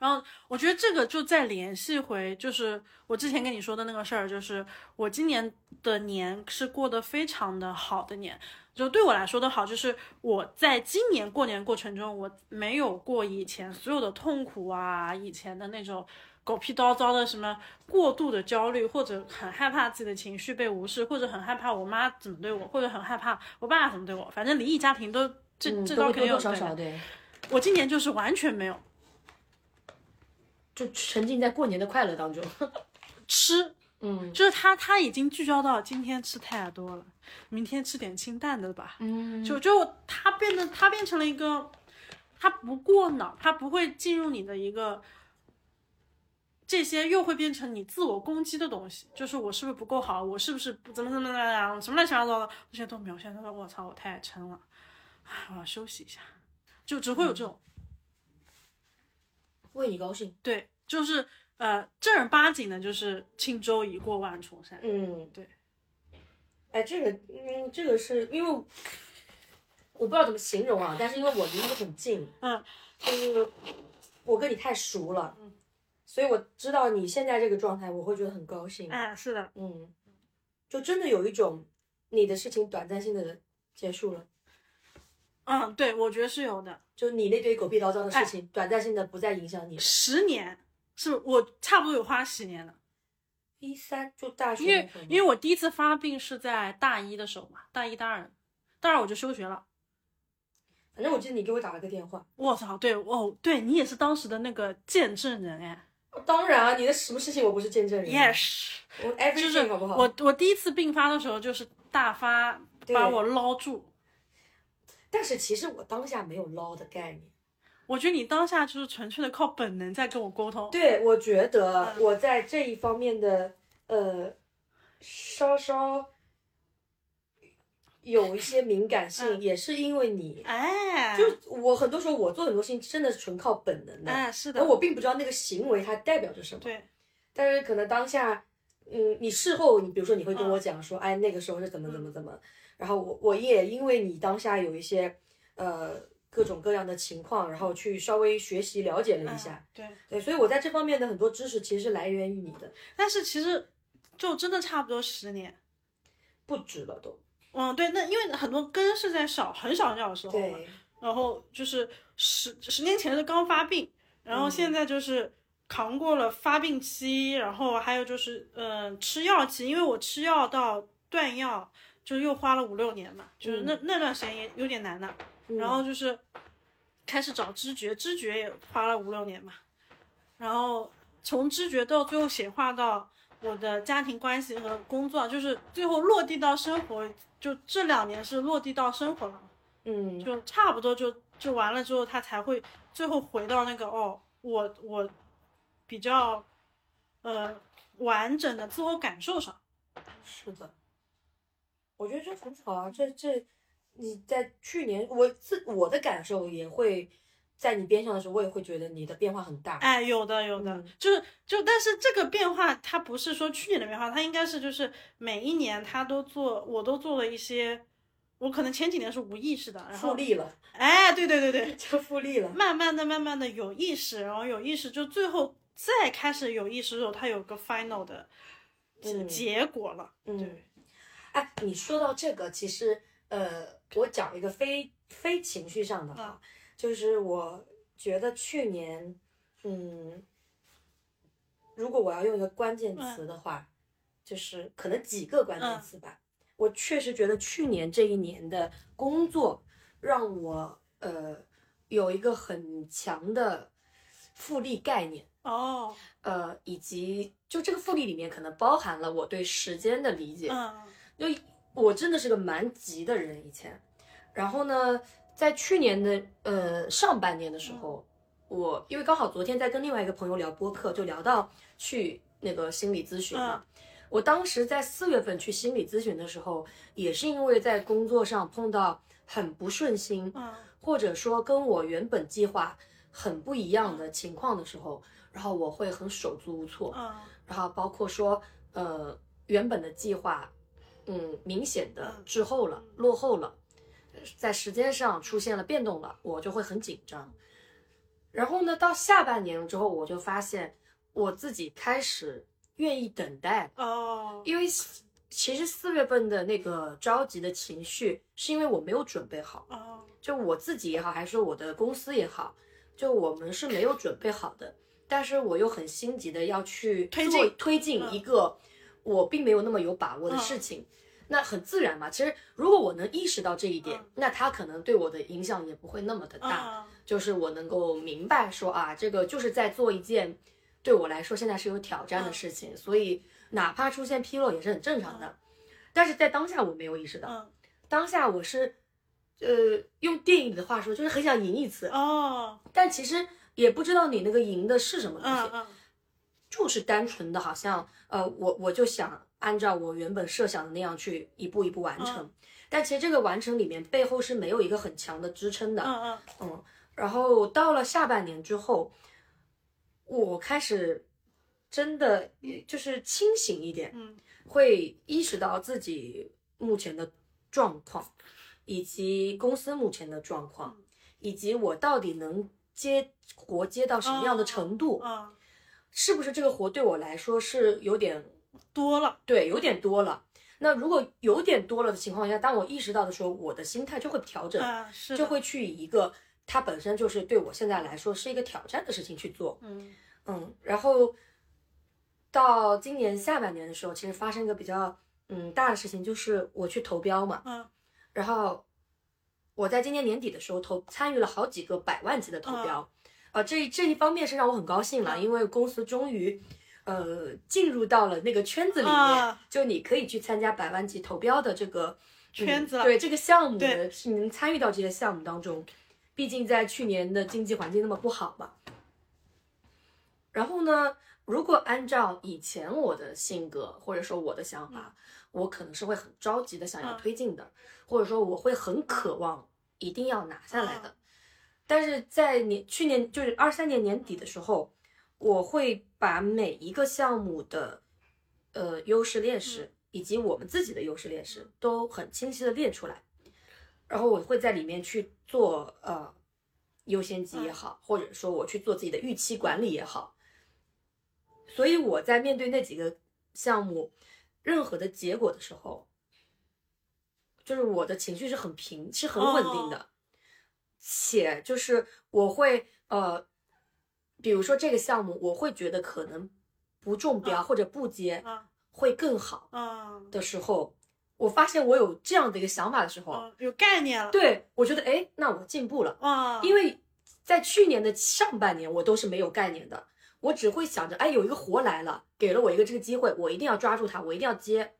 A: 然后我觉得这个就再联系回，就是我之前跟你说的那个事儿，就是我今年的年是过得非常的好的年，就对我来说的好，就是我在今年过年过程中，我没有过以前所有的痛苦啊，以前的那种。狗屁叨叨的什么过度的焦虑，或者很害怕自己的情绪被无视，或者很害怕我妈怎么对我，或者很害怕我爸怎么对我，反正离异家庭都这、
B: 嗯，
A: 这
B: 都
A: 招
B: 会
A: 肯定
B: 多
A: 有
B: 多少
A: 对的
B: 少对，
A: 我今年就是完全没有
B: 就沉浸在过年的快乐当中。
A: 吃，
B: 嗯
A: 就是他他已经聚焦到今天吃太多了，明天吃点清淡的吧。
B: 嗯，
A: 就就他变得他变成了一个，他不过脑，他不会进入你的一个，这些又会变成你自我攻击的东西，就是我是不是不够好，我是不是不怎么怎么怎么样，什么乱七八糟的这些都没有。现在说我操，我太撑了，唉我要休息一下，就只会有这种。
B: 为你高兴。
A: 对，就是呃正儿八经的，就是轻舟已过万重山。
B: 嗯，
A: 对。
B: 哎，这个，嗯，这个是因为我不知道怎么形容啊，但是因为我离你很近，
A: 嗯，
B: 就是我跟你太熟了，嗯，所以我知道你现在这个状态，我会觉得很高兴。
A: 哎，是的，
B: 嗯，就真的有一种你的事情短暂性的结束了，
A: 嗯，对，我觉得是有的。
B: 就你那堆狗屁叨叨的
A: 哎
B: 事情，短暂性的不再影响你。
A: 十年是我差不多有花十年的，
B: 一三就大学
A: 因为
B: 那会儿嘛，
A: 因为我第一次发病是在大一的时候嘛，大一大二，大二我就休学了。
B: 反正我记得你给我打了个电话。
A: 我操，对，哦，对你也是当时的那个见证人哎
B: 当然啊，你的什么事情我不是见证人啊
A: ，yes，
B: 我
A: 就
B: everything
A: 是
B: 好不好？
A: 我我第一次病发的时候就是大发
B: 对
A: 把我捞住，
B: 但是其实我当下没有捞的概念。
A: 我觉得你当下就是纯粹的靠本能在跟我沟通，
B: 对，我觉得
A: 嗯
B: 我在这一方面的呃，稍稍有一些敏感性，
A: 嗯
B: 也是因为你。
A: 哎，
B: 就我很多时候我做很多事情真的是纯靠本能的，
A: 哎是的
B: 而，我并不知道那个行为它代表着什么。
A: 对，
B: 但是可能当下，嗯，你事后你比如说你会跟我讲说，嗯哎，那个时候是怎么怎么怎么，然后我我也因为你当下有一些呃各种各样的情况，然后去稍微学习了解了一下。
A: 嗯对，
B: 对，所以我在这方面的很多知识其实是来源于你的，
A: 但是其实就真的差不多十年。
B: 不止了都。
A: 嗯，对，那因为很多根是在小很小很小的时候嘛，
B: 对，
A: 然后就是十十年前是刚发病，然后现在就是扛过了发病期，然后还有就是嗯、呃吃药期，因为我吃药到断药就又花了五六年嘛，就是那、那段时间也有点难的，然后就是开始找知觉，知觉也花了五六年嘛，然后从知觉到最后显化到。我的家庭关系和工作，就是最后落地到生活，就这两年是落地到生活了嘛。
B: 嗯，
A: 就差不多就就完了之后，他才会最后回到那个哦，我我比较呃完整的自我感受上。
B: 是的，我觉得这很好啊，这这你在去年我自我的感受也会在你边上的时候，我也会觉得你的变化很大。
A: 哎，有的有的，
B: 嗯
A: 就是就但是这个变化，它不是说去年的变化，它应该是就是每一年他都做，我都做了一些，我可能前几年是无意识的，然
B: 复
A: 后
B: 利了，
A: 哎，对对对对，
B: 就复利了。
A: 慢慢的慢慢的有意识，然后有意识就最后再开始有意识的时候，它有个 final 的
B: 嗯
A: 结果了，对。
B: 哎，你说到这个，其实呃，我讲一个非非情绪上的啊，就是我觉得去年，嗯，如果我要用一个关键词的话，就是可能几个关键
A: 嗯
B: 词吧。我确实觉得去年这一年的工作让我呃有一个很强的复利概念。
A: 哦，
B: 呃，以及就这个复利里面可能包含了我对时间的理解，
A: 嗯，
B: 就我真的是个蛮急的人以前，然后呢，在去年的呃上半年的时候，我因为刚好昨天在跟另外一个朋友聊播客，就聊到去那个心理咨询嘛。我当时在四月份去心理咨询的时候，也是因为在工作上碰到很不顺心，
A: 嗯
B: 或者说跟我原本计划很不一样的情况的时候，然后我会很手足无措。
A: 嗯
B: 然后包括说，呃，原本的计划，嗯，明显的滞后了、落后了，在时间上出现了变动了，我就会很紧张。然后呢，到下半年之后，我就发现我自己开始愿意等待，
A: 哦，
B: 因为其实四月份的那个着急的情绪，是因为我没有准备好。
A: 哦，
B: 就我自己也好，还是我的公司也好，就我们是没有准备好的，但是我又很心急的要去
A: 推
B: 做
A: 进
B: 推进
A: 嗯
B: 一个我并没有那么有把握的事情，那很自然嘛。其实如果我能意识到这一点，那它可能对我的影响也不会那么的大。
A: 嗯
B: 就是我能够明白说啊，这个就是在做一件对我来说现在是有挑战
A: 嗯
B: 的事情，所以哪怕出现纰漏也是很正常的。但是在当下我没有意识到，
A: 嗯
B: 当下我是，呃，用电影里的话说，就是很想赢一次，
A: 哦，
B: 但其实也不知道你那个赢的是什么东西，
A: 嗯嗯
B: 就是单纯的好像呃，我我就想按照我原本设想的那样去一步一步
A: 嗯
B: 完成，但其实这个完成里面背后是没有一个很强的支撑的，
A: 嗯嗯，
B: 嗯，然后到了下半年之后，我开始真的就是清醒一点，
A: 嗯，
B: 会意识到自己目前的状况，以及公司目前的状况，以及我到底能接活接到什么样的程度，
A: 嗯，
B: 是不是这个活对我来说是有点
A: 多了，
B: 对，有点多了。那如果有点多了的情况下，当我意识到的时候，我的心态就会调整。
A: 嗯，是的
B: 就，会去以一个它本身就是对我现在来说是一个挑战的事情去做。
A: 嗯
B: 嗯，然后到今年下半年的时候，其实发生一个比较嗯大的事情，就是我去投标嘛，
A: 嗯
B: 然后我在今年年底的时候投参与了好几个百万级的
A: 嗯
B: 投标，呃，这这一方面是让我很高兴了，因为公司终于。呃，进入到了那个圈子里面，
A: 啊
B: 就你可以去参加百万级投标的这个
A: 圈子了
B: 嗯对这个项目
A: 对
B: 的，你能参与到这些项目当中。毕竟在去年的经济环境那么不好嘛。然后呢，如果按照以前我的性格或者说我的想法，我可能是会很着急的想要
A: 嗯
B: 推进的，或者说我会很渴望一定要拿下来
A: 嗯
B: 的。但是在年去年就是二三年年底的时候，我会把每一个项目的呃优势劣势、以及我们自己的优势劣势都很清晰的列出来，然后我会在里面去做呃优先级也好，或者说我去做自己的预期管理也好。所以我在面对那几个项目任何的结果的时候，就是我的情绪是很平，是很稳定的，且就是我会呃，比如说这个项目，我会觉得可能不中标或者不接
A: 啊
B: 会更好
A: 嗯
B: 的时候，我发现我有这样的一个想法的时候，
A: 嗯，有概念了。
B: 对我觉得哎，那我进步了。
A: 啊，
B: 因为在去年的上半年，我都是没有概念的，我只会想着，哎，有一个活来了，给了我一个这个机会，我一定要抓住它，我一定要接。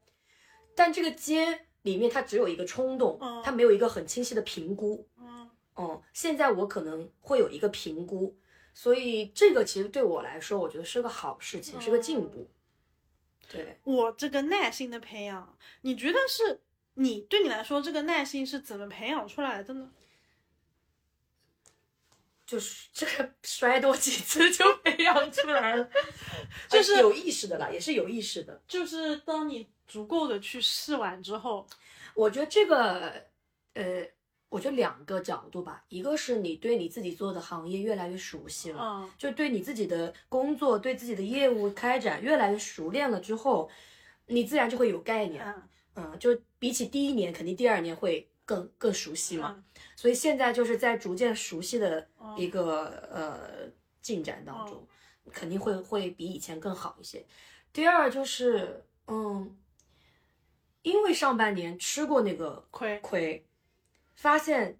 B: 但这个接里面，它只有一个冲动
A: 嗯，
B: 它没有一个很清晰的评估。
A: 嗯
B: 嗯，现在我可能会有一个评估，所以这个其实对我来说，我觉得是个好事情，是个
A: 哦
B: 进步。对，
A: 我这个耐性的培养，你觉得是你对你来说这个耐性是怎么培养出来的呢？
B: 就是这个摔多几次就培养出来了，
A: 就是
B: 哎有意识的啦，也是有意识的。
A: 就是当你足够的去试完之后，
B: 我觉得这个，呃，我觉得两个角度吧，一个是你对你自己做的行业越来越熟悉了，
A: 嗯
B: 就对你自己的工作、对自己的业务开展越来越熟练了之后，你自然就会有概念，
A: 嗯
B: 嗯，就比起第一年，肯定第二年会更更熟悉嘛。
A: 嗯
B: 所以现在就是在逐渐熟悉的一个、呃进展当中，肯定会会比以前更好一些。第二就是，嗯，因为上半年吃过那个
A: 亏，
B: 亏，发现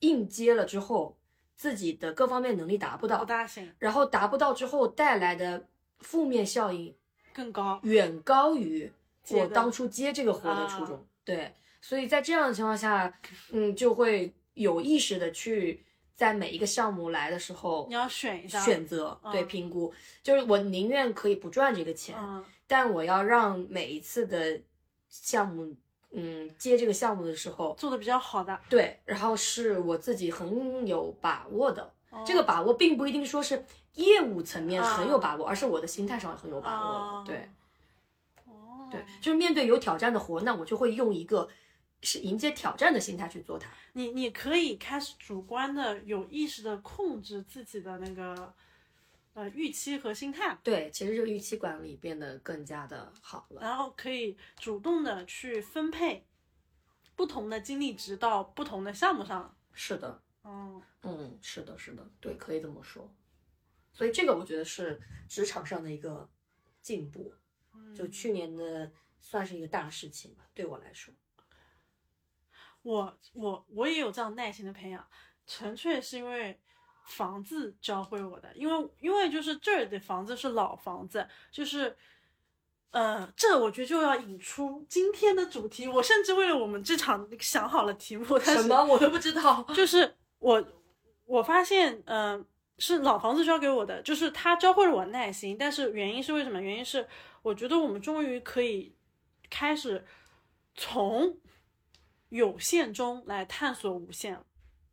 B: 应接了之后，自己的各方面能力达不
A: 不
B: 到，
A: 大行，
B: 然后达不到之后带来的负面效应
A: 更高。
B: 远高于
A: 接
B: 我
A: 的啊
B: 当初接这个活的初衷。对，所以在这样的情况下，嗯，就会有意识的去在每一个项目来的时候
A: 你要选一下，
B: 选择，对，
A: 嗯
B: 评估，就是我宁愿可以不赚这个钱，
A: 嗯
B: 但我要让每一次的项目，嗯，接这个项目的时候，
A: 做的比较好的。
B: 对，然后是我自己很有把握的。这个
A: 哦
B: 把握并不一定说是业务层面很有
A: 啊
B: 把握，而是我的心态上很有把握
A: 啊
B: 了。对，
A: 哦，
B: 对，就是面对有挑战的活，那我就会用一个是迎接挑战的心态去做它。
A: 你你可以开始主观的、有意识的控制自己的那个呃预期和心态，
B: 对，其实这个预期管理变得更加的好了。
A: 然后可以主动的去分配不同的精力值到不同的项目上。
B: 是的，
A: 嗯，
B: 嗯，是的，是的，对，可以这么说。所以这个我觉得是职场上的一个进步，就去年的算是一个大事情吧，对我来说。
A: 我我我也有这样耐心的培养，纯粹是因为房子教会我的，因为因为就是这儿的房子是老房子，就是。呃，这我觉得就要引出今天的主题。我甚至为了我们这场想好了题目，但是
B: 什么我都不知道。
A: 就是我我发现，嗯、是老房子教给我的，就是他教会了我耐心。但是原因是为什么？原因是我觉得我们终于可以开始从有限中来探索无限了。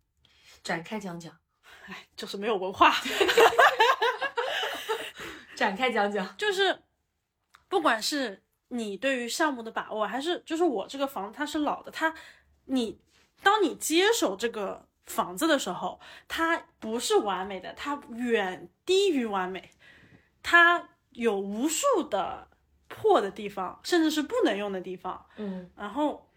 B: 展开讲讲，
A: 哎，就是没有文化，
B: 展开讲讲。
A: 就是不管是你对于项目的把握，还是就是我这个房子它是老的，它你当你接手这个房子的时候，它不是完美的，它远低于完美，它有无数的破的地方，甚至是不能用的地方。
B: 嗯
A: 然后，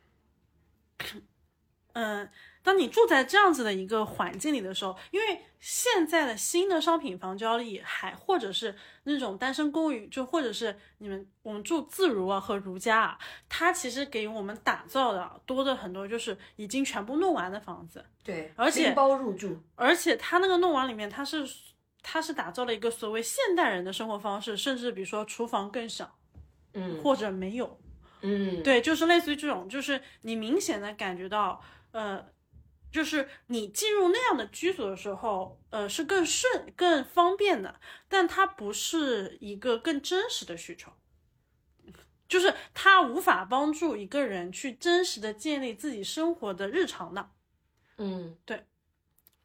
A: 嗯、当你住在这样子的一个环境里的时候，因为现在的新的商品房交易还或者是那种单身公寓，就或者是你们我们住自如啊和如家啊，它其实给我们打造的多的很多，就是已经全部弄完的房子，
B: 对，
A: 而且
B: 拎包入住，
A: 而且它那个弄完里面，它是它是打造了一个所谓现代人的生活方式，甚至比如说厨房更小
B: 嗯
A: 或者没有，
B: 嗯，
A: 对，就是类似于这种，就是你明显的感觉到，呃，就是你进入那样的居所的时候，呃，是更顺、更方便的，但它不是一个更真实的需求，就是它无法帮助一个人去真实的建立自己生活的日常的。
B: 嗯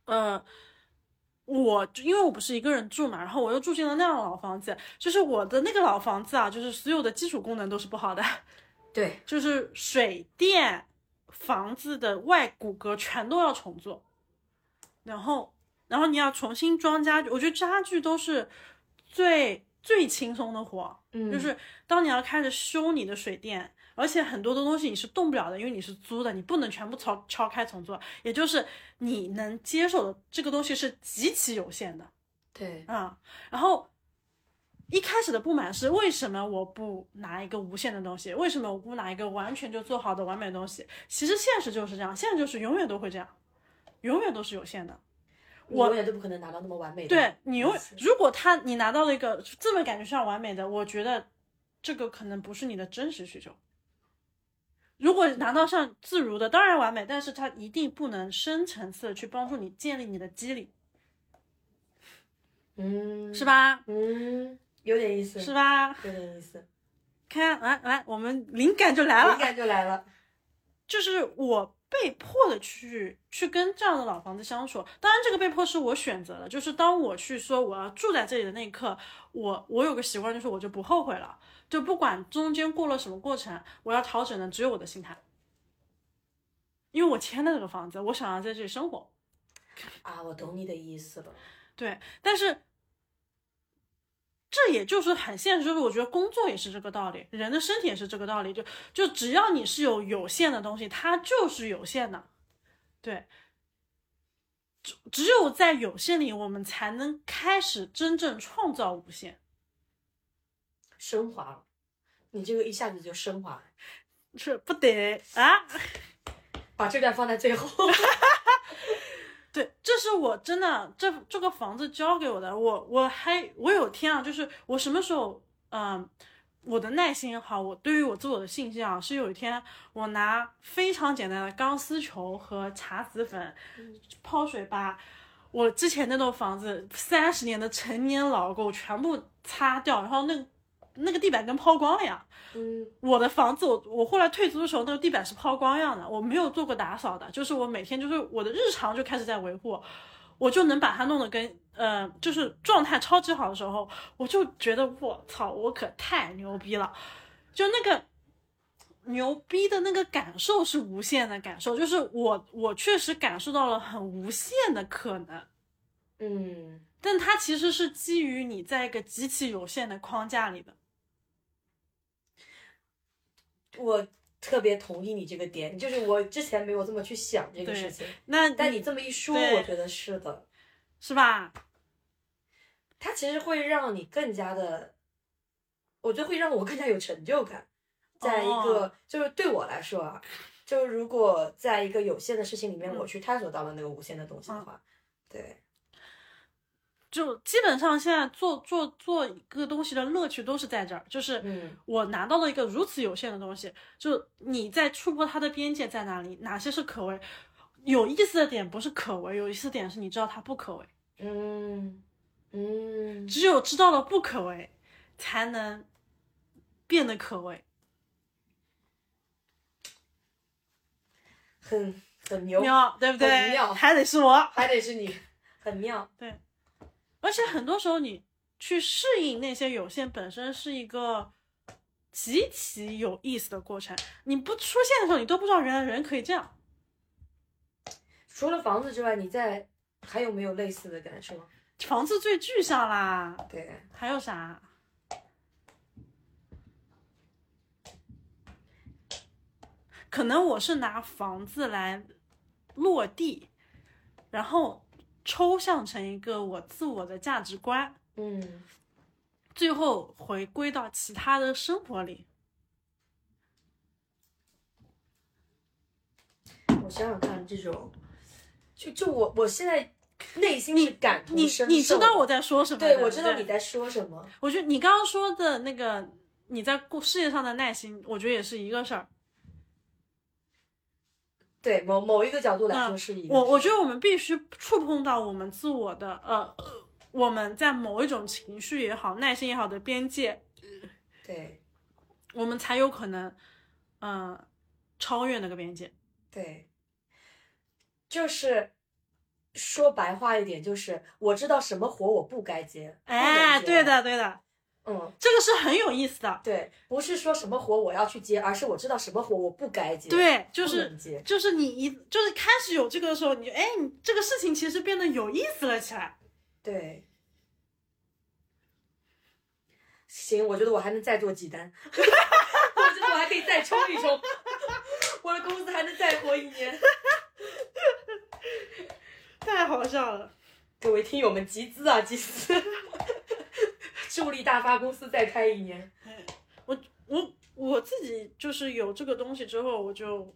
A: 呃，我就因为我不是一个人住嘛，然后我又住进了那样的老房子，就是我的那个老房子啊，就是所有的基础功能都是不好的。
B: 对，
A: 就是水电、房子的外骨骼全都要重做，然后然后你要重新装家具，我觉得家具都是最最轻松的活，
B: 嗯
A: 就是当你要开始修你的水电，而且很多的东西你是动不了的，因为你是租的，你不能全部敲敲开重做，也就是你能接受的这个东西是极其有限的
B: 对，
A: 啊、然后一开始的不满是为什么我不拿一个无限的东西？为什么我不拿一个完全就做好的完美的东西？其实现实就是这样，现实就是永远都会这样，永远都是有限的。
B: 我永远都不可能拿到那么完美的。
A: 对你永远，如果他你拿到了一个这么感觉上完美的，我觉得这个可能不是你的真实需求。如果拿到像自如的，当然完美，但是它一定不能深层次的去帮助你建立你的机理，
B: 嗯，
A: 是？吧？
B: 嗯，有点意思，
A: 是吧？
B: 有点意思，
A: 看，来来，我们灵感就来
B: 灵
A: 了，
B: 感就来了。
A: 就是我被迫的去去跟这样的老房子相处。当然，这个被迫是我选择的，就是当我去说我要住在这里的那一刻，我我有个习惯，就是我就不后悔了，就不管中间过了什么过程，我要调整的只有我的心态，因为我签了这个房子，我想要在这里生活。
B: 啊，我懂你的意思了。
A: 对，但是这也就是很现实，就是我觉得工作也是这个道理，人的身体也是这个道理，就就只要你是有有限的东西，它就是有限的，对。只只有在有限里，我们才能开始真正创造无限。
B: 升华了，你这个一下子就升华了，
A: 是不得啊？
B: 把这段放在最后。
A: 对，这是我真的这这个房子交给我的，我我还我有天啊，就是我什么时候，嗯、我的耐心也好，我对于我自我的信心啊，是有一天我拿非常简单的钢丝球和茶籽粉泡水把我之前那栋房子三十年的陈年老垢全部擦掉，然后那个那个地板跟抛光了呀，
B: 嗯，
A: 我的房子，我我后来退租的时候，那个地板是抛光样的，我没有做过打扫的，就是我每天就是我的日常就开始在维护，我就能把它弄得跟呃就是状态超级好的时候，我就觉得我操，我可太牛逼了，就那个牛逼的那个感受是无限的感受，就是我我确实感受到了很无限的可能，
B: 嗯，
A: 但它其实是基于你在一个极其有限的框架里的，
B: 我特别同意你这个点，就是我之前没有这么去想这个
A: 对
B: 事情，
A: 那
B: 但你这么一说，
A: 对
B: 我觉得是的，
A: 是吧？
B: 它其实会让你更加的，我觉得会让我更加有成就感。在一
A: 哦
B: 个、就是对我来说啊，就是如果在一个有限的事情里面，
A: 嗯
B: 我去探索到了那个无限的东西的话，对，
A: 就基本上现在做做做一个东西的乐趣都是在这儿，就是
B: 嗯
A: 我拿到了一个如此有限的东西，就你在触摸它的边界在哪里，哪些是可为。有意思的点不是可为，有意思的点是你知道它不可为，
B: 嗯嗯，
A: 只有知道了不可为，才能变得可为。
B: 很很牛，
A: 妙，对不
B: 很
A: 对？
B: 妙
A: 还得是我。
B: 还得是你，很妙，
A: 而且很多时候你去适应那些有限本身是一个极其有意思的过程。你不出现的时候，你都不知道原来人可以这样。
B: 除了房子之外，你在还有没有类似的感受？
A: 房子最具象啦，
B: 对，
A: 还有啥？可能我是拿房子来落地，然后抽象成一个我自我的价值观，
B: 嗯，
A: 最后回归到其他的生活里。
B: 我想想看，这种，就就我我现在内心是感同
A: 你
B: 身受的
A: 你知道我在说什么？
B: 对
A: 不
B: 我知道你在说什么，
A: 我觉得你刚刚说的那个你在过事业上的耐心，我觉得也是一个事儿。
B: 对某某一个角度来说
A: 嗯
B: 是一个，
A: 我我觉得我们必须触碰到我们自我的呃，我们在某一种情绪也好、耐心也好的边界，
B: 对
A: 我们才有可能嗯、呃超越那个边界。
B: 对，就是说白话一点，就是我知道什么活我不该接，不能
A: 哎，
B: 接
A: 对的，对的，
B: 嗯，
A: 这个是很有意思的。
B: 对，不是说什么活我要去接，而是我知道什么活我不该接，，
A: 对，就
B: 不
A: 是
B: 能接。
A: 就是你一就是开始有这个的时候，你就哎，你这个事情其实变得有意思了起来。
B: 对。行，我觉得我还能再做几单， 我觉得我还可以再冲一冲， 我的公司还能再活一年。
A: 太好笑了，
B: 各位听友们，集资啊， 集资！助力大发公司再开一年。
A: 我我自己就是有这个东西之后，我就，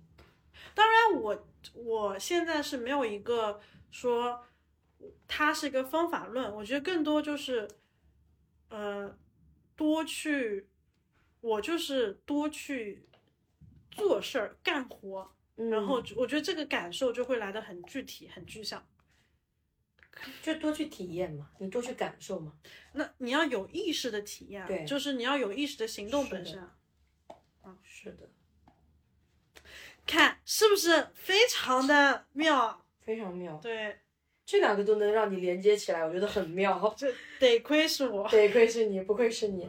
A: 当然我我现在是没有一个说它是一个方法论，我觉得更多就是，呃，多去，我就是多去做事儿干活，然后
B: 嗯
A: 我觉得这个感受就会来的很具体、很具象。
B: 就多去体验嘛，你多去感受嘛。
A: 那你要有意识的体验啊，
B: 对
A: 就是你要有意识的行动
B: 是
A: 本
B: 的
A: 身啊。
B: 是的，
A: 看是不是非常的妙？
B: 非常妙，
A: 对，
B: 这两个都能让你连接起来，我觉得很妙。
A: 这得亏是我
B: 得亏是你，不愧是你。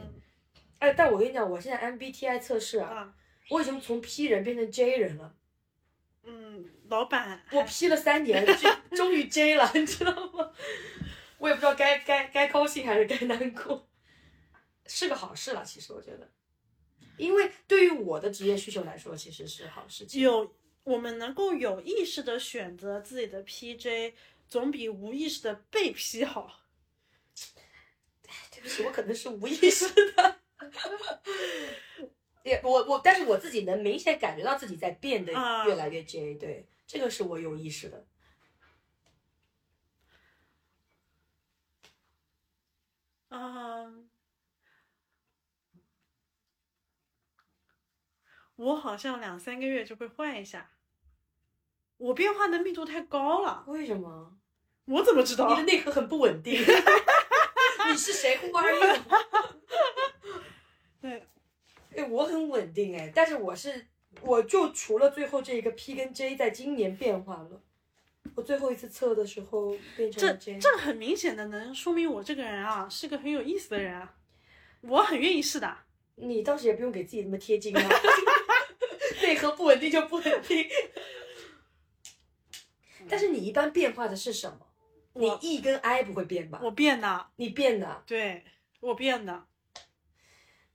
B: 哎，但我跟你讲，我现在 MBTI 测试啊，
A: 啊，
B: 我已经从 P 人变成 J 人了。
A: 嗯，老板，
B: 我 P 了三年，就终于 J 了，你知道吗？我也不知道该该该高兴还是该难过，是个好事了。其实我觉得，因为对于我的职业需求来说，其实是好事情。
A: 有我们能够有意识的选择自己的 PJ，总比无意识的被 P 好。
B: 对不起，我可能是无意识的。也我我，但是我自己能明显感觉到自己在变得
A: 啊
B: 越来越 J，、对，这个是我有意识的。
A: 嗯，我好像两三个月就会换一下，我变化的密度太高了，
B: 为什么？
A: 我怎么知
B: 你
A: 道
B: 的？内核很不 稳定。你是谁？呼二一。
A: 对，
B: 哎，我很稳定哎，但是我是我就除了最后这一个 P 跟 J 在今年变化了，我最后一次测的时候变成
A: 这
B: 了 J，
A: 这很明显的能说明我这个人啊是个很有意思的人啊，我很愿意试的。
B: 你倒是也不用给自己那么贴金 啊，内核不稳定就不稳定。但是你一般变化的是什么？你
A: 嗯我
B: E 跟 I 不会变吧？
A: 我变的，
B: 你变的，啊
A: 对我变的，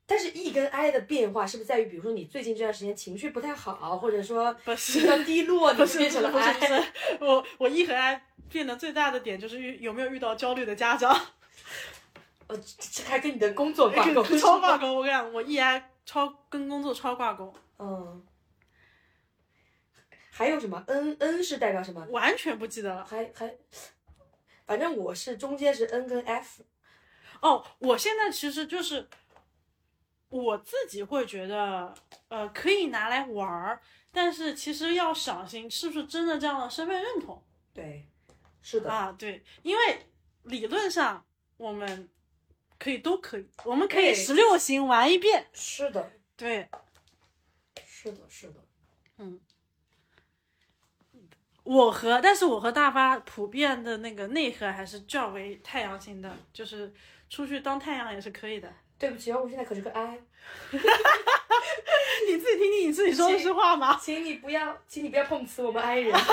B: 但是 E 跟 I 的变化是不是在于，比如说你最近这段时间情绪不太好，或者说
A: 不
B: 比
A: 是
B: 较低落，你
A: 不
B: 就是变
A: 不是
B: 成了
A: 不
B: I？
A: 是不是，我我一和 I 变得最大的点就是遇有没有遇到焦虑的家长，，
B: 呃，这这还跟你的工作挂钩
A: 超挂钩。我跟你讲，我一 I 超跟工作超挂钩，
B: 嗯，还有什么？N N 是代表什么？
A: 完全不记得了。
B: 还还，反正我是中间是 N 跟 F，
A: 哦，我现在其实就是我自己会觉得，呃，可以拿来玩儿，但是其实要小心是不是真的这样的身份认同。
B: 对，是的，
A: 啊，对，因为理论上我们可以都可以，我们可以
B: 对
A: 十六型玩一遍。
B: 是的，
A: 对，
B: 是的，是的，
A: 我和但是我和大发普遍的那个内核还是较为太阳型的，就是出去当太阳也是可以的。
B: 对不起啊，我现在可是个 I，
A: 你自己听听你自己说的是话吗？
B: 请你不要，请你不要碰瓷我们 I 人，
A: 哎，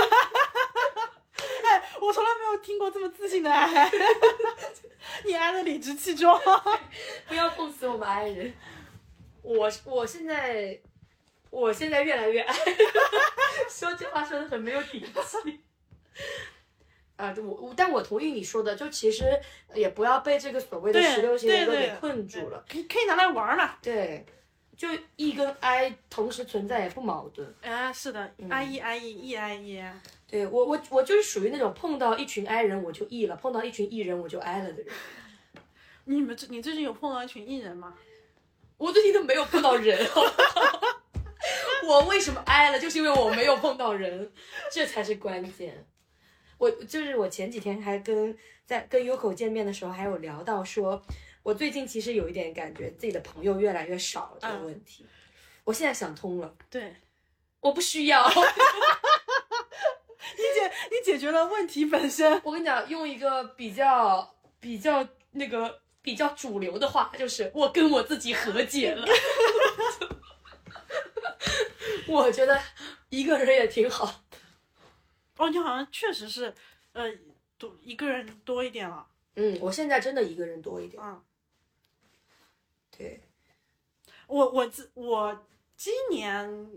A: 我从来没有听过这么自信的哎， 你挨的理直气壮。
B: 不要碰瓷我们 I 人。我是我现在，我现在越来越 I，说这话说的很没有底气。啊，对我我但我同意你说的，就其实也不要被这个所谓的
A: 对
B: 十六型
A: 对
B: 人格
A: 对
B: 给困住了。
A: 可以可以拿来玩儿嘛？
B: 对，就 E 跟 I 同时存在也不矛盾。
A: 啊，是的，I E I E E I E，
B: 对我我我就是属于那种碰到一群 I 人我就 E 了，碰到一群 E 人我就 I 了的人。
A: 你们最你最近有碰到一群艺人吗？
B: 我最近都没有碰到人， 好不好我为什么 I 了？就是因为我没有碰到人，这才是关键。我就是我前几天还跟在跟 Yoko 见面的时候，还有聊到说，我最近其实有一点感觉自己的朋友越来越少了这个问题。我现在想通了，
A: 对，
B: 我不需要。
A: 你解决了问题本身。
B: 我跟你讲，用一个比较比较那个比较主流的话，就是我跟我自己和解了。 我觉得一个人也挺好。
A: 哦，你好像确实是，呃，多一个人多一点了。
B: 嗯，我现在真的一个人多一点。
A: 嗯，
B: 对，
A: 我我自我今年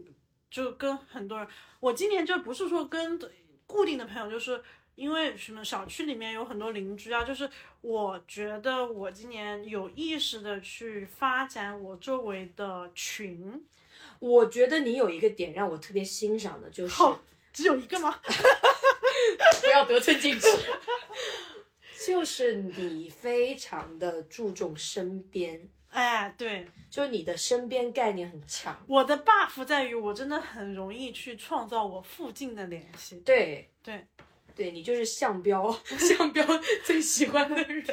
A: 就跟很多人，我今年就不是说跟固定的朋友，就是因为什么小区里面有很多邻居啊，就是我觉得我今年有意识的去发展我周围的群，
B: 我觉得你有一个点让我特别欣赏的，就是
A: 好哦只有一个吗？
B: 不要得寸进尺。 就是你非常的注重身边，
A: 哎，对，
B: 就是你的身边概念很强。
A: 我的 buff 在于我真的很容易去创造我附近的联系，
B: 对
A: 对，
B: 对你就是项标， 项标最喜欢的人。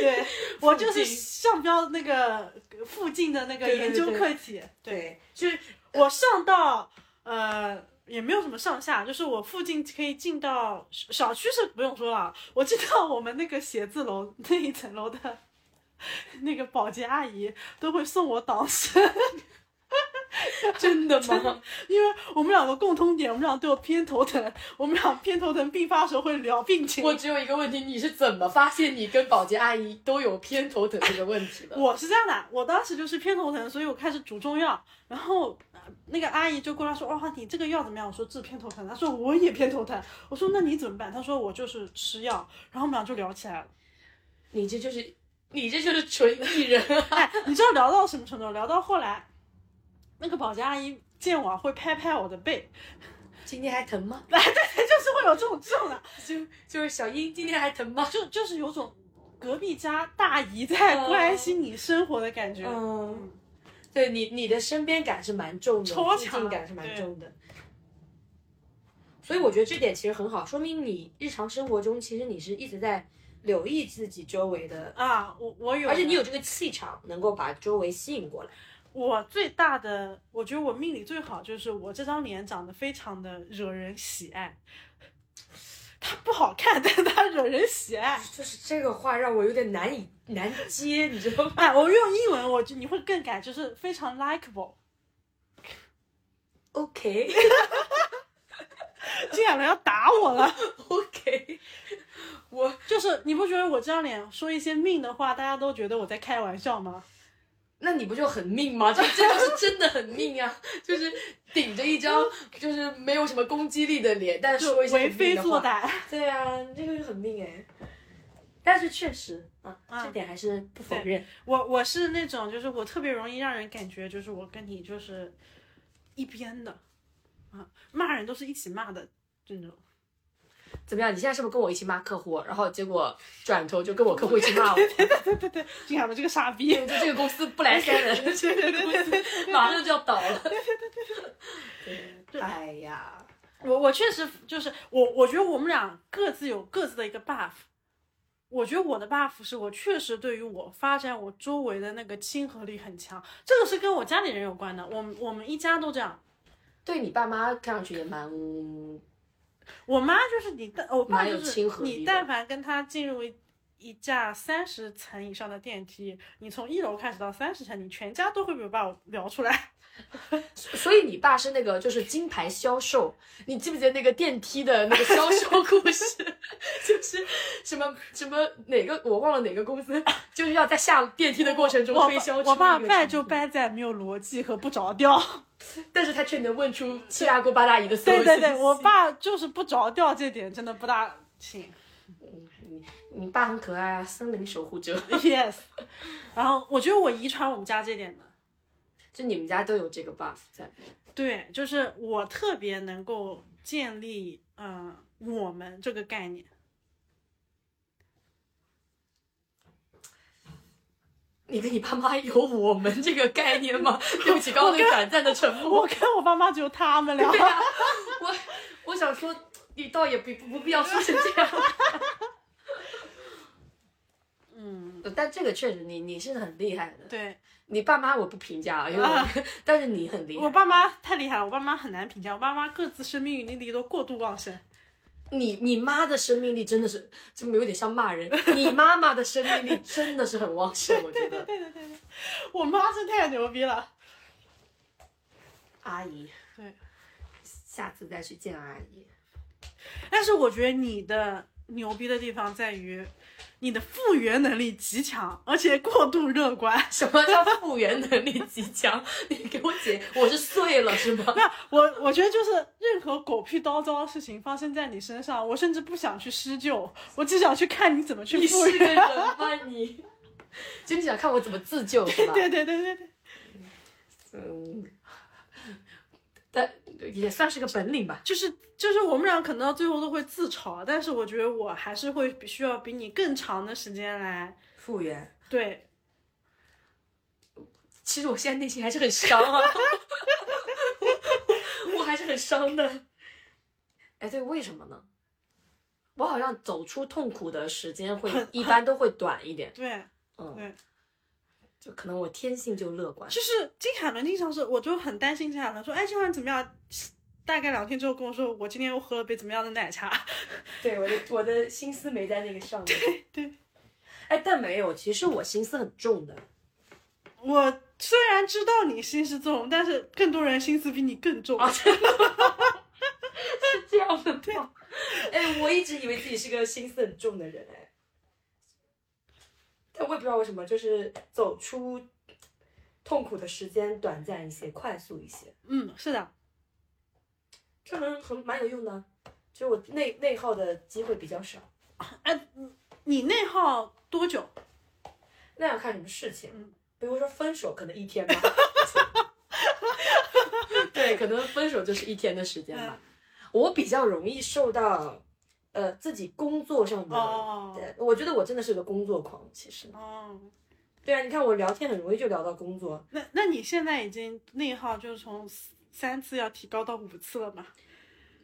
A: 对我就
B: 附
A: 是
B: 近
A: 上标那个附近的那个
B: 对对
A: 研究
B: 对
A: 课题，对
B: 对，就是
A: 我上到呃也没有什么上下，就是我附近可以进到小区是不用说了，我进到我们那个写字楼那一层楼的那个保洁阿姨都会送我党参，
B: 真的吗？
A: 因为我们两个共通点，我们俩都有偏头疼，我们俩偏头疼并发时候会聊病情。
B: 我只有一个问题，你是怎么发现你跟保洁阿姨都有偏头疼这个问题的？
A: 我是这样的，我当时就是偏头疼，所以我开始煮中药，然后呃那个阿姨就过来说：“哦，你这个药怎么样？”我说：“治偏头疼。”她说：“我也偏头疼。”我说：“那你怎么办？”她说：“我就是吃药。”然后我们俩就聊起来了。
B: 你这就是， 你这就是纯艺人。
A: 哎，你知道聊到什么程度？聊到后来，那个保洁阿姨见我啊会拍拍我的背，
B: 今天还疼吗？
A: 就是会有这种这种的，
B: 就就是小英今天还疼吗？
A: 就就是有种隔壁家大姨在关心你生活的感觉。
B: 嗯，对你你的身边感是蛮重的，
A: 超
B: 附
A: 强
B: 近感是蛮重的。所以我觉得这点其实很好，说明你日常生活中其实你是一直在留意自己周围的，
A: 啊，我我有，
B: 而且你有这个气场，能够把周围吸引过来。
A: 我最大的，我觉得我命里最好就是我这张脸长得非常的惹人喜爱。它不好看，但它惹人喜爱。
B: 哎就是这个话让我有点难以难接，你知道吗？
A: 哎，我用英文，我就你会更感，就是非常 likable。
B: OK
A: 竟然要打我了，
B: OK，我
A: 就是你不觉得我这张脸说一些命的话，大家都觉得我在开玩笑吗？
B: 那你不就很命吗？就这就是真的很命啊！就是顶着一张就是没有什么攻击力的脸，但
A: 就
B: 说一些
A: 为
B: 很
A: 非
B: 命的
A: 作
B: 话。
A: 歹。
B: 对啊，这个是很命哎。但是确实啊，
A: 嗯
B: 这点还是不否认。
A: 我我是那种，就是我特别容易让人感觉就是我跟你就是一边的，啊，骂人都是一起骂的这种。
B: 怎么样？你现在是不是跟我一起骂客户，然后结果转头就跟我客户一起骂我？
A: 竟然的这个傻逼。
B: 就这个公司不来三人，这个公司马上就要倒了。对，哎呀，
A: 我我确实就是我，我觉得我们俩各自有各自的一个 buff。我觉得我的 buff 是我确实对于我发展我周围的那个亲和力很强，这个是跟我家里人有关的。我们我们一家都这样。
B: 对你爸妈看上去也蛮
A: 我妈就是你，但我爸
B: 蛮有
A: 就
B: 亲
A: 是
B: 和力
A: 你，
B: 的
A: 但凡跟他进入一一架三十层以上的电梯，你从一楼开始到三十层，你全家都会被我爸聊出 来。
B: 所以你爸是那个就是金牌销售，你记不记得那个电梯的那个销售故事？就是什么什么哪个我忘了哪个公司，就是要在下电梯的过程中
A: 我
B: 推销
A: 爸
B: 出
A: 我爸
B: 一个
A: 败
B: 产
A: 就
B: 品，
A: 败在没有逻辑和不着调。
B: 但是他却能问出七大姑八大姨的所有
A: 对对
B: 信息
A: 对，我，爸就是不着调，这点真的不大行。
B: 你爸很可爱啊，森林守护者，
A: yes，然 后我觉得我遗传我们家这点的，
B: 就你们家都有这个 buff 在。
A: 对，就是我特别能够建立嗯、呃我们这个概念。
B: 你跟你爸妈有我们这个概念 吗？对不起，刚刚那个短暂的沉 默。
A: 我跟我爸妈只有他们俩，
B: 啊，我我想说，你倒也不不必要说成这样。嗯， 但这个确实你，你是很厉害的。
A: 对
B: 你爸妈我不评价啊，因为我、
A: 啊
B: 但是你很厉
A: 我
B: 害。
A: 爸妈太厉害了，我爸妈很难评价，我爸妈各自生命与能力都过度旺盛。
B: 你你妈的生命力真的是，这么有点像骂人。 你妈妈的生命力真的是很旺盛，我觉得。
A: 对对对对，我妈真太牛逼了。
B: 阿姨，
A: 对，
B: 下次再去见阿姨。
A: 但是我觉得你的牛逼的地方在于，你的复原能力极强，而且过度乐观。
B: 什么叫复原能力极强？你给我解，我是碎了 是吗？
A: 没有，我我觉得就是任何狗屁叨叨的事情发生在你身上，我甚至不想去施救，我只想去看你怎么去
B: 你
A: 复
B: 是个
A: 原。
B: 人吗你？就你想看我怎么自 救是吧？
A: 对对对对对，
B: 嗯，但也算是个本领吧。
A: 就是就是我们俩可能到最后都会自嘲，但是我觉得我还是会比需要比你更长的时间来
B: 复原，
A: 对。
B: 其实我现在内心还是很伤 啊，我还是很伤的。哎，对，为什么呢？我好像走出痛苦的时间会一般都会短一点，
A: 对，对
B: 嗯，就可能我天性就乐观。
A: 就是金凯伦经常是，我就很担心金凯伦，说，哎，这晚怎么样？大概两天之后跟我说，我今天又喝了杯怎么样的奶茶？
B: 对，我的我的心思没在那个上面。
A: 对对，
B: 哎，但没有，其实我心思很重的。
A: 我虽然知道你心思重，但是更多人心思比你更重。
B: 这样的吗？哎，我一直以为自己是个心思很重的人，哎，但我也不知道为什么，就是走出痛苦的时间短暂一些，快速一些，
A: 嗯，是的，
B: 这很很蛮有用的。啊就是我内内耗的机会比较少，
A: 哎，你内耗多久？
B: 那要看什么事情。
A: 嗯
B: 比如说分手，可能一天吧。 对，可能分手就是一天的时间吧。嗯我比较容易受到，呃，自己工作上的。
A: 哦
B: 对，我觉得我真的是个工作狂，其实。
A: 哦，
B: 对啊，你看我聊天很容易就聊到工作，
A: 那那你现在已经内耗就是从三次要提高到五次了嘛？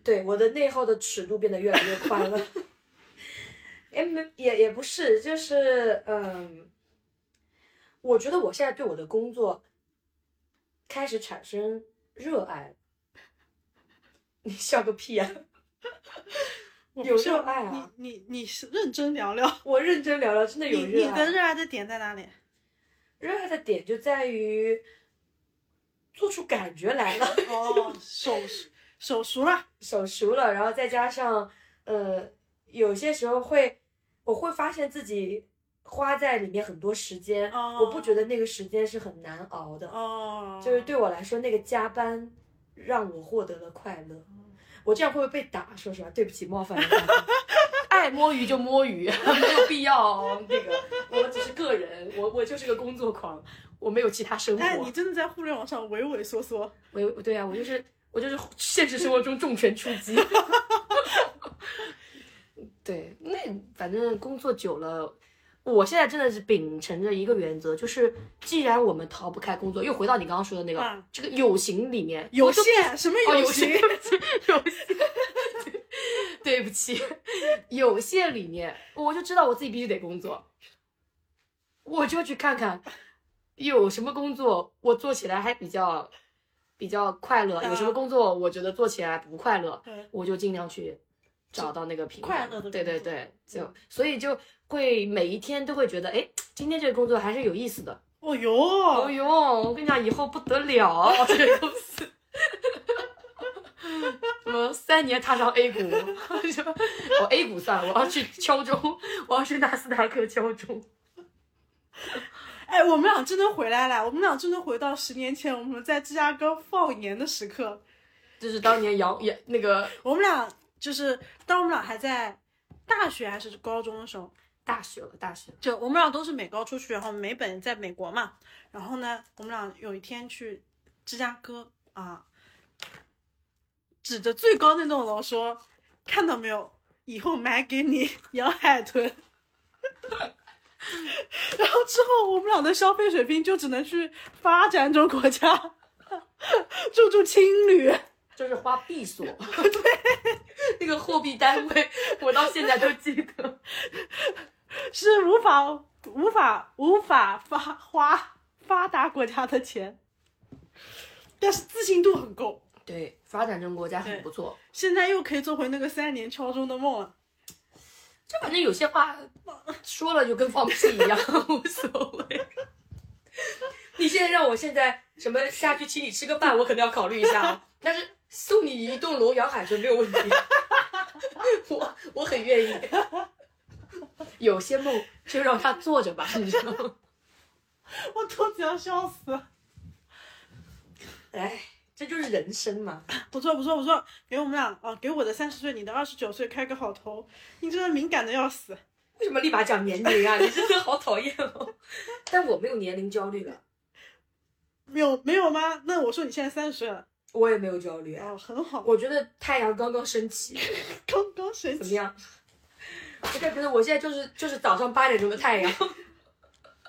B: 对我的内耗的尺度变得越来越宽了。 哎，没也也不是，就是嗯，我觉得我现在对我的工作开始产生热爱了。 你笑个屁啊！
A: 我
B: 有
A: 不是
B: 热爱啊！
A: 你你你是认真聊聊，
B: 我认真聊聊，真的 有
A: 你你
B: 热
A: 的
B: 爱。
A: 热爱的点在哪里？
B: 热爱的点就在于做出感觉来了。
A: 哦，手 手熟了。
B: 手熟了，然后再加上呃，有些时候会，我会发现自己花在里面很多时间，
A: 哦
B: 我不觉得那个时间是很难熬的，
A: 哦，
B: 就是对我来说，那个加班让我获得了快乐。我这样会不会被打？说实话，对不起，冒犯了大家。 爱摸鱼就摸鱼， 没有必要、哦、那个。我只是个人，我我就是个工作狂，我没有其他生活。
A: 哎，你真的在互联网上畏畏缩缩。
B: 我对啊，我就是我就是现实生活中重拳出击。 对，那反正工作久了，我现在真的是秉承着一个原则，就是既然我们逃不开工作，又回到你刚刚说的那个、
A: 嗯
B: 这个友情里面，
A: 有
B: 我就
A: 限，什么
B: 哦
A: 有
B: 有限，
A: 限？
B: 对不起，有限，对不起，有限里面，我就知道我自己必须得工作，我就去看看有什么工作我做起来还比较比较快乐，有什
A: 啊
B: 么工作我觉得做起来不快乐，
A: 对
B: 我就尽量去找到那个平衡。
A: 快乐的
B: 对对
A: 工作
B: 对，就所以就会每一天都会觉得，哎，今天这个工作还是有意思的。
A: 哦
B: 哦
A: 哟，
B: 哟，我跟你讲，以后不得了，这个公司。什么三年踏上 A 股，什么我 A 股算了，我要去敲钟，我要去纳斯达克敲钟。
A: 哎，我们俩真的回来了，我们俩真的回到十年前我们在芝加哥放盐的时刻。
B: 就是当年杨杨那个
A: 我们俩就是当我们俩还在大学还是高中的时候，
B: 大学了，大学
A: 就我们俩都是美高出去，然后美本在美国嘛。然后呢，我们俩有一天去芝加哥啊，指着最高那栋楼说：“看到没有，以后买给你养海豚。” 然后之后，我们俩的消费水平就只能去发展中国家 住住青旅。
B: 就是花币所， 对，那个货币单位，我到现在都记得。
A: 是无法无法无法发花发达国家的钱，但是自信度很够。
B: 对，发展中国家很
A: 对
B: 不错。
A: 现在又可以做回那个三年敲钟的梦了。
B: 这反正有些话说了就跟放屁一样， 无所谓。你现在让我现在什么下去请你吃个饭，我可能要考虑一下啊。但是送你一栋楼养海豚没有问题，我我很愿意。有些梦就让它坐着吧，你知道吗？
A: 我肚子要笑死了。
B: 哎，这就是人生嘛。
A: 不错不错不错，给我们俩啊，给我的三十岁，你的二十九岁开个好头。你真的敏感的要死。
B: 为什么立马讲年龄啊？你真的好讨厌 哦。但我没有年龄焦虑了，
A: 没有没有吗？那我说你现在三十岁了，
B: 我也没有焦虑啊。
A: 哦，很好，
B: 我觉得太阳刚刚升起。
A: 刚刚神
B: 怎
A: 奇。
B: 么样？我感觉我现在就是就是早上八点钟的太阳，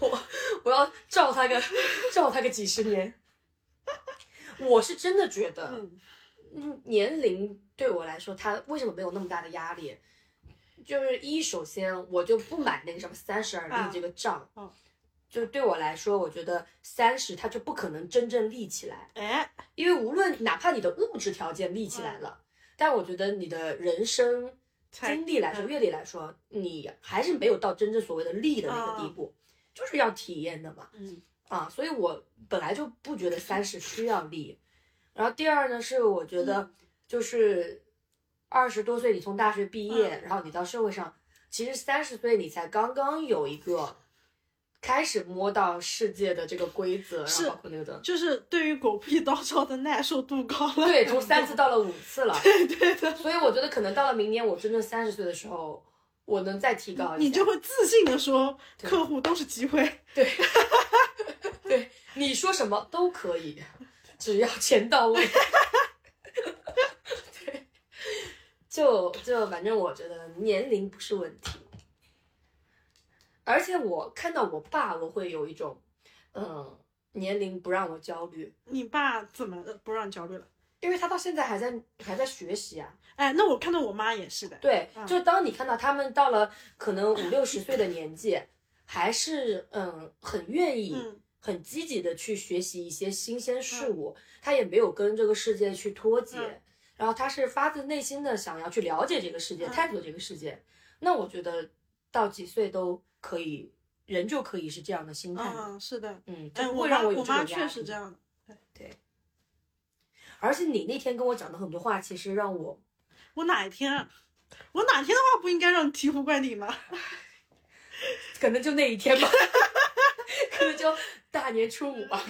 B: 我我我要照它个照它个几十年。我是真的觉得，
A: 嗯，
B: 嗯，年龄对我来说，它为什么没有那么大的压力？就是一，首先我就不买那个什么三十而
A: 啊
B: 立这个账，
A: 嗯
B: 就是对我来说，我觉得三十它就不可能真正立起来。
A: 哎，
B: 因为无论哪怕你的物质条件立起来了，但我觉得你的人生
A: 才
B: 经历来说、
A: 嗯
B: 阅历来说，你还是没有到真正所谓的立的那
A: 啊
B: 个地步，就是要体验的嘛。
A: 嗯，
B: 啊，所以我本来就不觉得三十需要立。然后第二呢，是我觉
A: 嗯
B: 得就是二十多岁，你从大学毕业，
A: 嗯
B: 然后你到社会上，其实三十岁你才刚刚有一个开始摸到世界的这个规则，然
A: 是
B: 后包括那个的。
A: 就是对于狗屁叨叨的耐受度高了。
B: 对，从三次到了五次了。
A: 对对的，
B: 所以我觉得可能到了明年我真正三十岁的时候，我能再提高一下。
A: 你就会自信的说，
B: 对
A: 客户都是机会。
B: 对你说什么都可以，只要钱到位。 对，就就反正我觉得年龄不是问题，而且我看到我爸，我会有一种，嗯，年龄不让我焦虑，
A: 你爸怎么呃不让你焦虑了？
B: 因为他到现在还在还在学习啊。
A: 哎，那我看到我妈也是的。
B: 对，
A: 嗯
B: 就是当你看到他们到了可能五六十岁的年纪，还是嗯很愿意、
A: 嗯
B: 很积极的去学习一些新鲜事物，他也没有跟这个世界去脱节，
A: 嗯
B: 然后他是发自内心的想要去了解这个世界、
A: 嗯
B: 探索这个世界。那我觉得到几岁都可以，人就可以是这样的心态的，
A: 嗯，是的。
B: 嗯，
A: 哎，
B: 就不
A: 我
B: 会
A: 妈
B: 让有
A: 我
B: 这种
A: 妈
B: 压力。
A: 确实这样的。
B: 而且你那天跟我讲的很多话，其实让我
A: 我哪一天，啊我哪天的话不应该让你醍醐灌顶吗？
B: 可能就那一天吧， 可能就大年初五吧。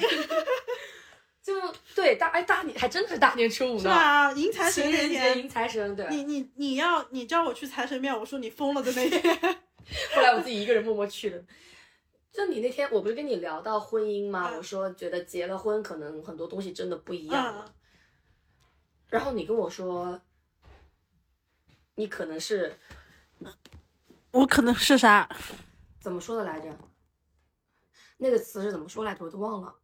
B: 就对大哎大年还真的是大年初五
A: 是
B: 呢，
A: 吧？迎财神
B: 情
A: 那
B: 人节
A: 天，
B: 迎财神对。
A: 你你你要你叫我去财神庙，我说你疯了的那天。
B: 后来我自己一个人默默去了。就你那天，我不是跟你聊到婚姻吗？
A: 嗯
B: 我说觉得结了婚，可能很多东西真的不一样了。
A: 嗯，
B: 然后你跟我说，你可能是
A: 我可能是啥？
B: 怎么说的来着？那个词是怎么说来着？我都忘了。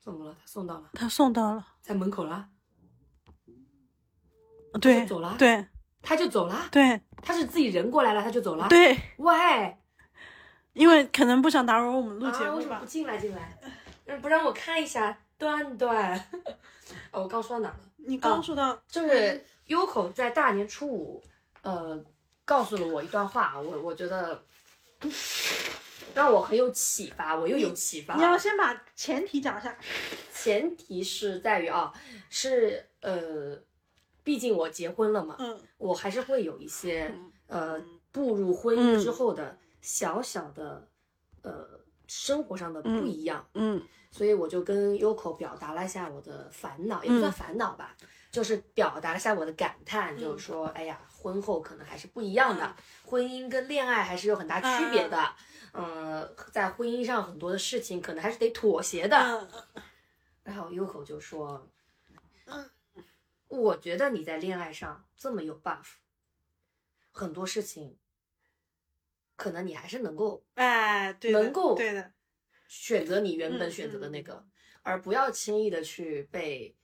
B: 怎么了？他送到了，
A: 他送到了，
B: 在门口了，
A: 对，
B: 走了啊
A: 对
B: 他就走了。
A: 对
B: 他是自己人过来了，他就走了。，
A: 对，
B: 喂，
A: 因为可能不想打扰我们录节
B: 啊，为
A: 目
B: 什么
A: 吧
B: 不。进来？进来，嗯不让我看一下段段。 哦，我刚说到哪了？
A: 你刚刚说到，
B: 就是优口在大年初五，呃，告诉了我一段话，我我觉得 让我很有启发，我又有启发。
A: 你要先把前提讲一下。
B: 前提是在于啊，是呃，毕竟我结婚了嘛，
A: 嗯
B: 我还是会有一些
A: 嗯
B: 呃，步入婚
A: 嗯
B: 姻之后的小小的呃生活上的不一样，
A: 嗯
B: 所以我就跟 Yoko 表达了一下我的烦恼，也不算烦恼吧，就是表达了一下我的感叹，
A: 嗯
B: 就是说，哎呀，婚后可能还是不一样的，婚姻跟恋爱还是有很大区
A: 嗯
B: 别的。呃，在婚姻上很多的事情可能还是得妥协的。
A: 嗯
B: 然后 Yoko 就说：“
A: 嗯，
B: 我觉得你在恋爱上这么有 buff，很多事情可能你还是能够
A: 哎，对的，
B: 能够
A: 对的，
B: 选择你原
A: 嗯
B: 本选择的那个，而不要轻易的去被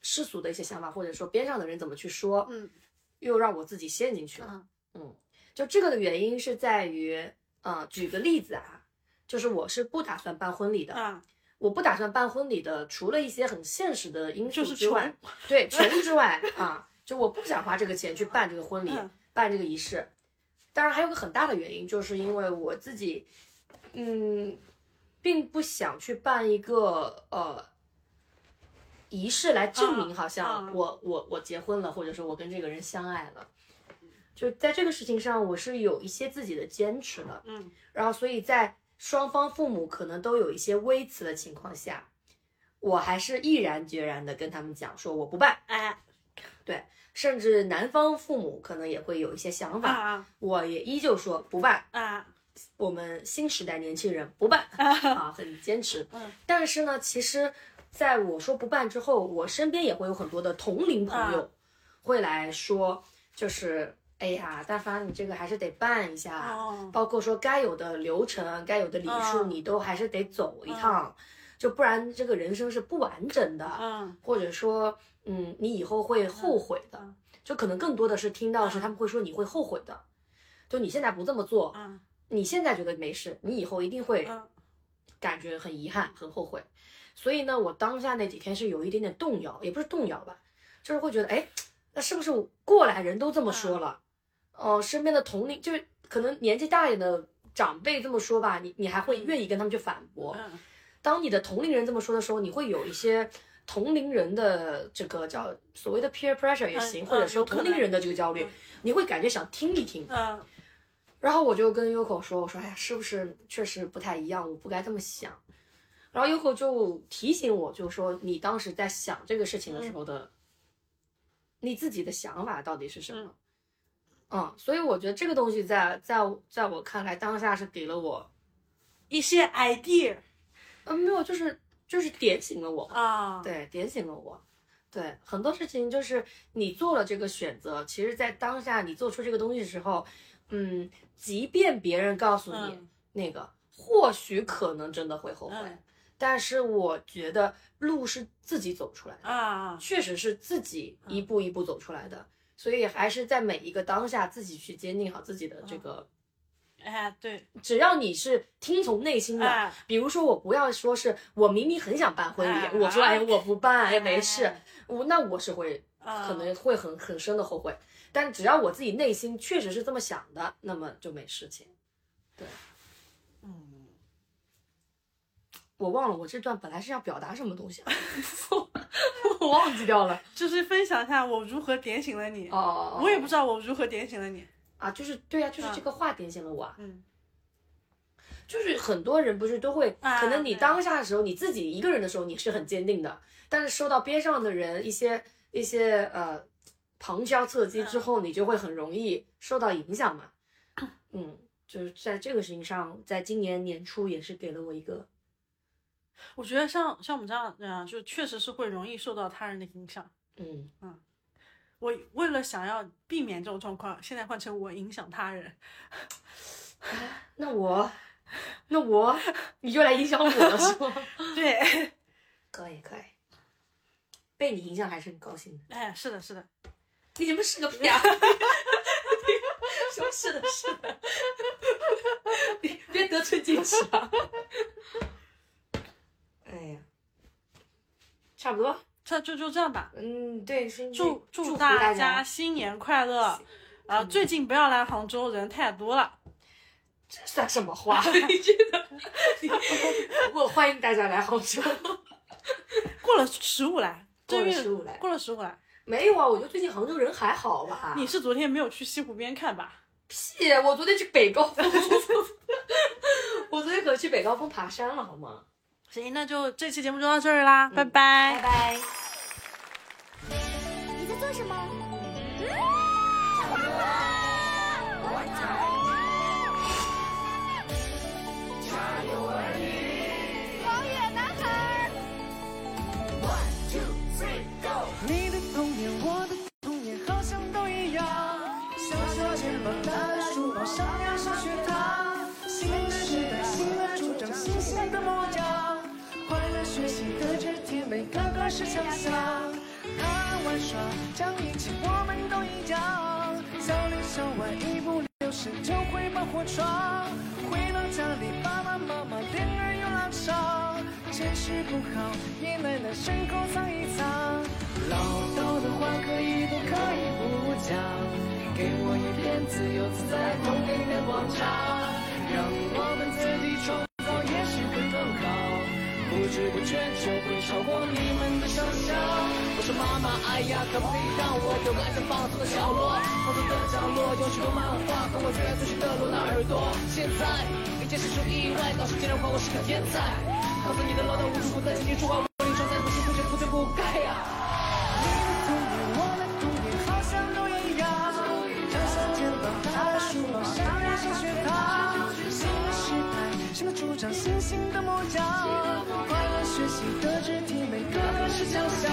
B: 世俗的一些想法，或者说边上的人怎么去说，
A: 嗯
B: 又让我自己陷进去了。
A: 嗯
B: 嗯，就这个的原因是在于，呃，举个例子啊，就是我是不打算办婚礼的。
A: 啊，
B: 我不打算办婚礼的，除了一些很现实的因素
A: 就是
B: 之外，对穷之外啊，就我不想花这个钱去办这个婚礼，
A: 嗯
B: 办这个仪式。当然还有个很大的原因，就是因为我自己，嗯，并不想去办一个呃仪式来证明，
A: 啊
B: 好
A: 啊
B: 像我、我我结婚了，或者说我跟这个人相爱了。
A: 嗯
B: 就在这个事情上，我是有一些自己的坚持的。
A: 嗯，
B: 然后所以在双方父母可能都有一些微词的情况下，我还是毅然决然的跟他们讲说我不办，
A: 哎
B: 甚至男方父母可能也会有一些想法，
A: 啊
B: 我也依旧说不办。
A: 啊，
B: 我们新时代年轻人不办啊，很坚持
A: 嗯。
B: 但是呢，其实在我说不办之后，我身边也会有很多的同龄朋
A: 啊
B: 友会来说，就是哎呀，大发你这个还是得办一下，
A: 哦，
B: 包括说该有的流程、啊该有的礼数，
A: 嗯
B: 你都还是得走一趟，就不然这个人生是不完整的，
A: 嗯
B: 或者说，嗯，你以后会后悔的。
A: 嗯
B: 就可能更多的是听到是
A: 嗯
B: 他们会说你会后悔的，就你现在不这么做，
A: 嗯
B: 你现在觉得没事，你以后一定会
A: 嗯
B: 感觉很遗憾、很后悔。所以呢，我当下那几天是有一点点动摇，也不是动摇吧，就是会觉得，哎，那是不是过来人都这么
A: 嗯
B: 说了？哦、身边的同龄，就是可能年纪大一点的长辈这么说吧，你你还会愿意跟他们去反驳。
A: 嗯
B: 当你的同龄人这么说的时候，你会有一些同龄人的这个叫所谓的 peer pressure 也行，
A: 嗯
B: 或者说
A: 有可
B: 同
A: 能
B: 龄人的这个焦虑
A: 嗯，
B: 你会感觉想听一听。
A: 嗯
B: 然后我就跟 Yoko 说：“我说，哎呀，是不是确实不太一样？我不该这么想。”然后 Yoko 就提醒我，就说你当时在想这个事情的时候的，你自己的想法到底是什么？嗯所以我觉得这个东西在在在我看来，当下是给了我，
A: 一些 idea
B: 嗯，没有，就是就是点醒了我，
A: 啊，
B: 对，点醒了我。对，很多事情就是你做了这个选择，其实，在当下你做出这个东西的时候，嗯，即便别人告诉你，
A: 嗯
B: 那个，或许可能真的会后悔，
A: 嗯
B: 但是我觉得路是自己走出来的，
A: 啊，
B: 确实是自己一步一步走出来的，所以还是在每一个当下自己去坚定好自己的这个，
A: 哎对，
B: 只要你是听从内心的。
A: 哎
B: 比如说，我不要说是我明明很想办婚礼，
A: 哎
B: 我说哎
A: 哎
B: 我不办哎没
A: 哎
B: 事，我那我是会
A: 啊
B: 可能会很很深的后悔，但只要我自己内心确实是这么想的，那么就没事情。
A: 嗯
B: 我忘了我这段本来是要表达什么东西、 啊， 我忘记掉了。
A: 就是分享一下我如何点醒了你，
B: 哦，
A: 我也不知嗯道我如何点醒了你，
B: 啊，就是对啊，就是这个话点醒了我、啊。
A: 嗯
B: 就是很多人不是都会，
A: 啊
B: 可能你
A: 对
B: 当下的时候，你自己一个人的时候，你是很坚定的，但是受到边上的人一些一些呃旁敲侧击之后，你就会很容易受到影响嘛。嗯，就是在这个事情上，在今年年初也是给了我一个
A: 我觉得像像我们这样人啊，就确实是会容易受到他人的影响。
B: 嗯，
A: 我为了想要避免这种状况，现在换成我影响他人，
B: 那 我那我你就来影响我了是吗？
A: 对，
B: 可以可以，被你影响还是很高兴的。
A: 哎，是的，是的，
B: 你们是个屁 啊！说是的，是的，别别得寸进尺啊！哎呀，差不多，
A: 这就就这样吧。
B: 嗯，对，是
A: 祝祝
B: 祝福
A: 大
B: 家，
A: 新年快乐！啊，最近不要来杭州，人太多了。
B: 这 算什么话？ 你觉得？不过欢迎大家来杭 州，
A: 过了十五来，
B: 过
A: 正
B: 了
A: 月
B: 十五来，
A: 过了十五来，啊
B: 没有啊？我觉得最近杭州人还好吧？
A: 你是昨天没有去西湖边看吧？
B: 屁！我昨天去北高 峰，我昨天可去北高峰爬山了，好吗？
A: 行，那就这期节目就到这儿啦，嗯拜
B: 拜
A: 拜。
B: 拜。
C: 你在做什么？小黄瓜，我找茶有儿女，老远男孩。One two three go。
D: 你的童年，我的童年，好像都一样。小手肩膀，大大书包，上梁上学堂。新的时代，新的主张，新鲜的模样。快乐学习，德智体美，个个是强项。爱玩耍，讲义气，我们都一样。早里校外，一不留神就会把火闯。回到家里爸爸妈妈两人又拉扯，情绪不好，爷奶奶伤口擦一擦。唠叨的话可以都可以不讲，给我一片自由自在透明的广场，让我们自己创造，也许会更好。不知不觉就会超过你们的想象。我说妈妈，哎呀，可不可以让我有个安静放松的角落？放松的角落有许多漫画和我最爱最去的罗纳耳朵。现在一切事出意外，老师竟然夸我是个天才，告诉你的唠叨无处不在，紧紧住我无理装在不知不觉不知不该呀、你的童年，我的童年，好像都一样。长时间把他的书包上呀上学堂，新的时代，新的主张，新新的模样。快乐学习的肢体，每个都是强项。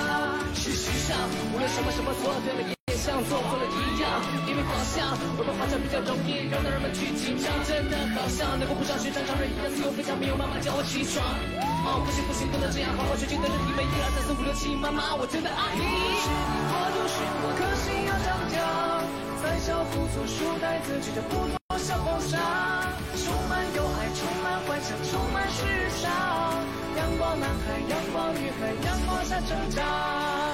D: 事实上，无论什么什么做对了。也像做错了一样，因为方向，我们好像比较容易让人们去紧张，真的好像能够不上学，常常人一样自由飞翔，没有妈妈叫我起床。哦，不行不行，不能这样，好好学习的人你们一二三四五六七，妈妈，我真的爱你。我读书，我可惜要长大，在校辅佐书呆自己的不同小风沙，充满有爱，充满幻想，充满时尚，阳光男孩，阳光女孩，阳光下成长。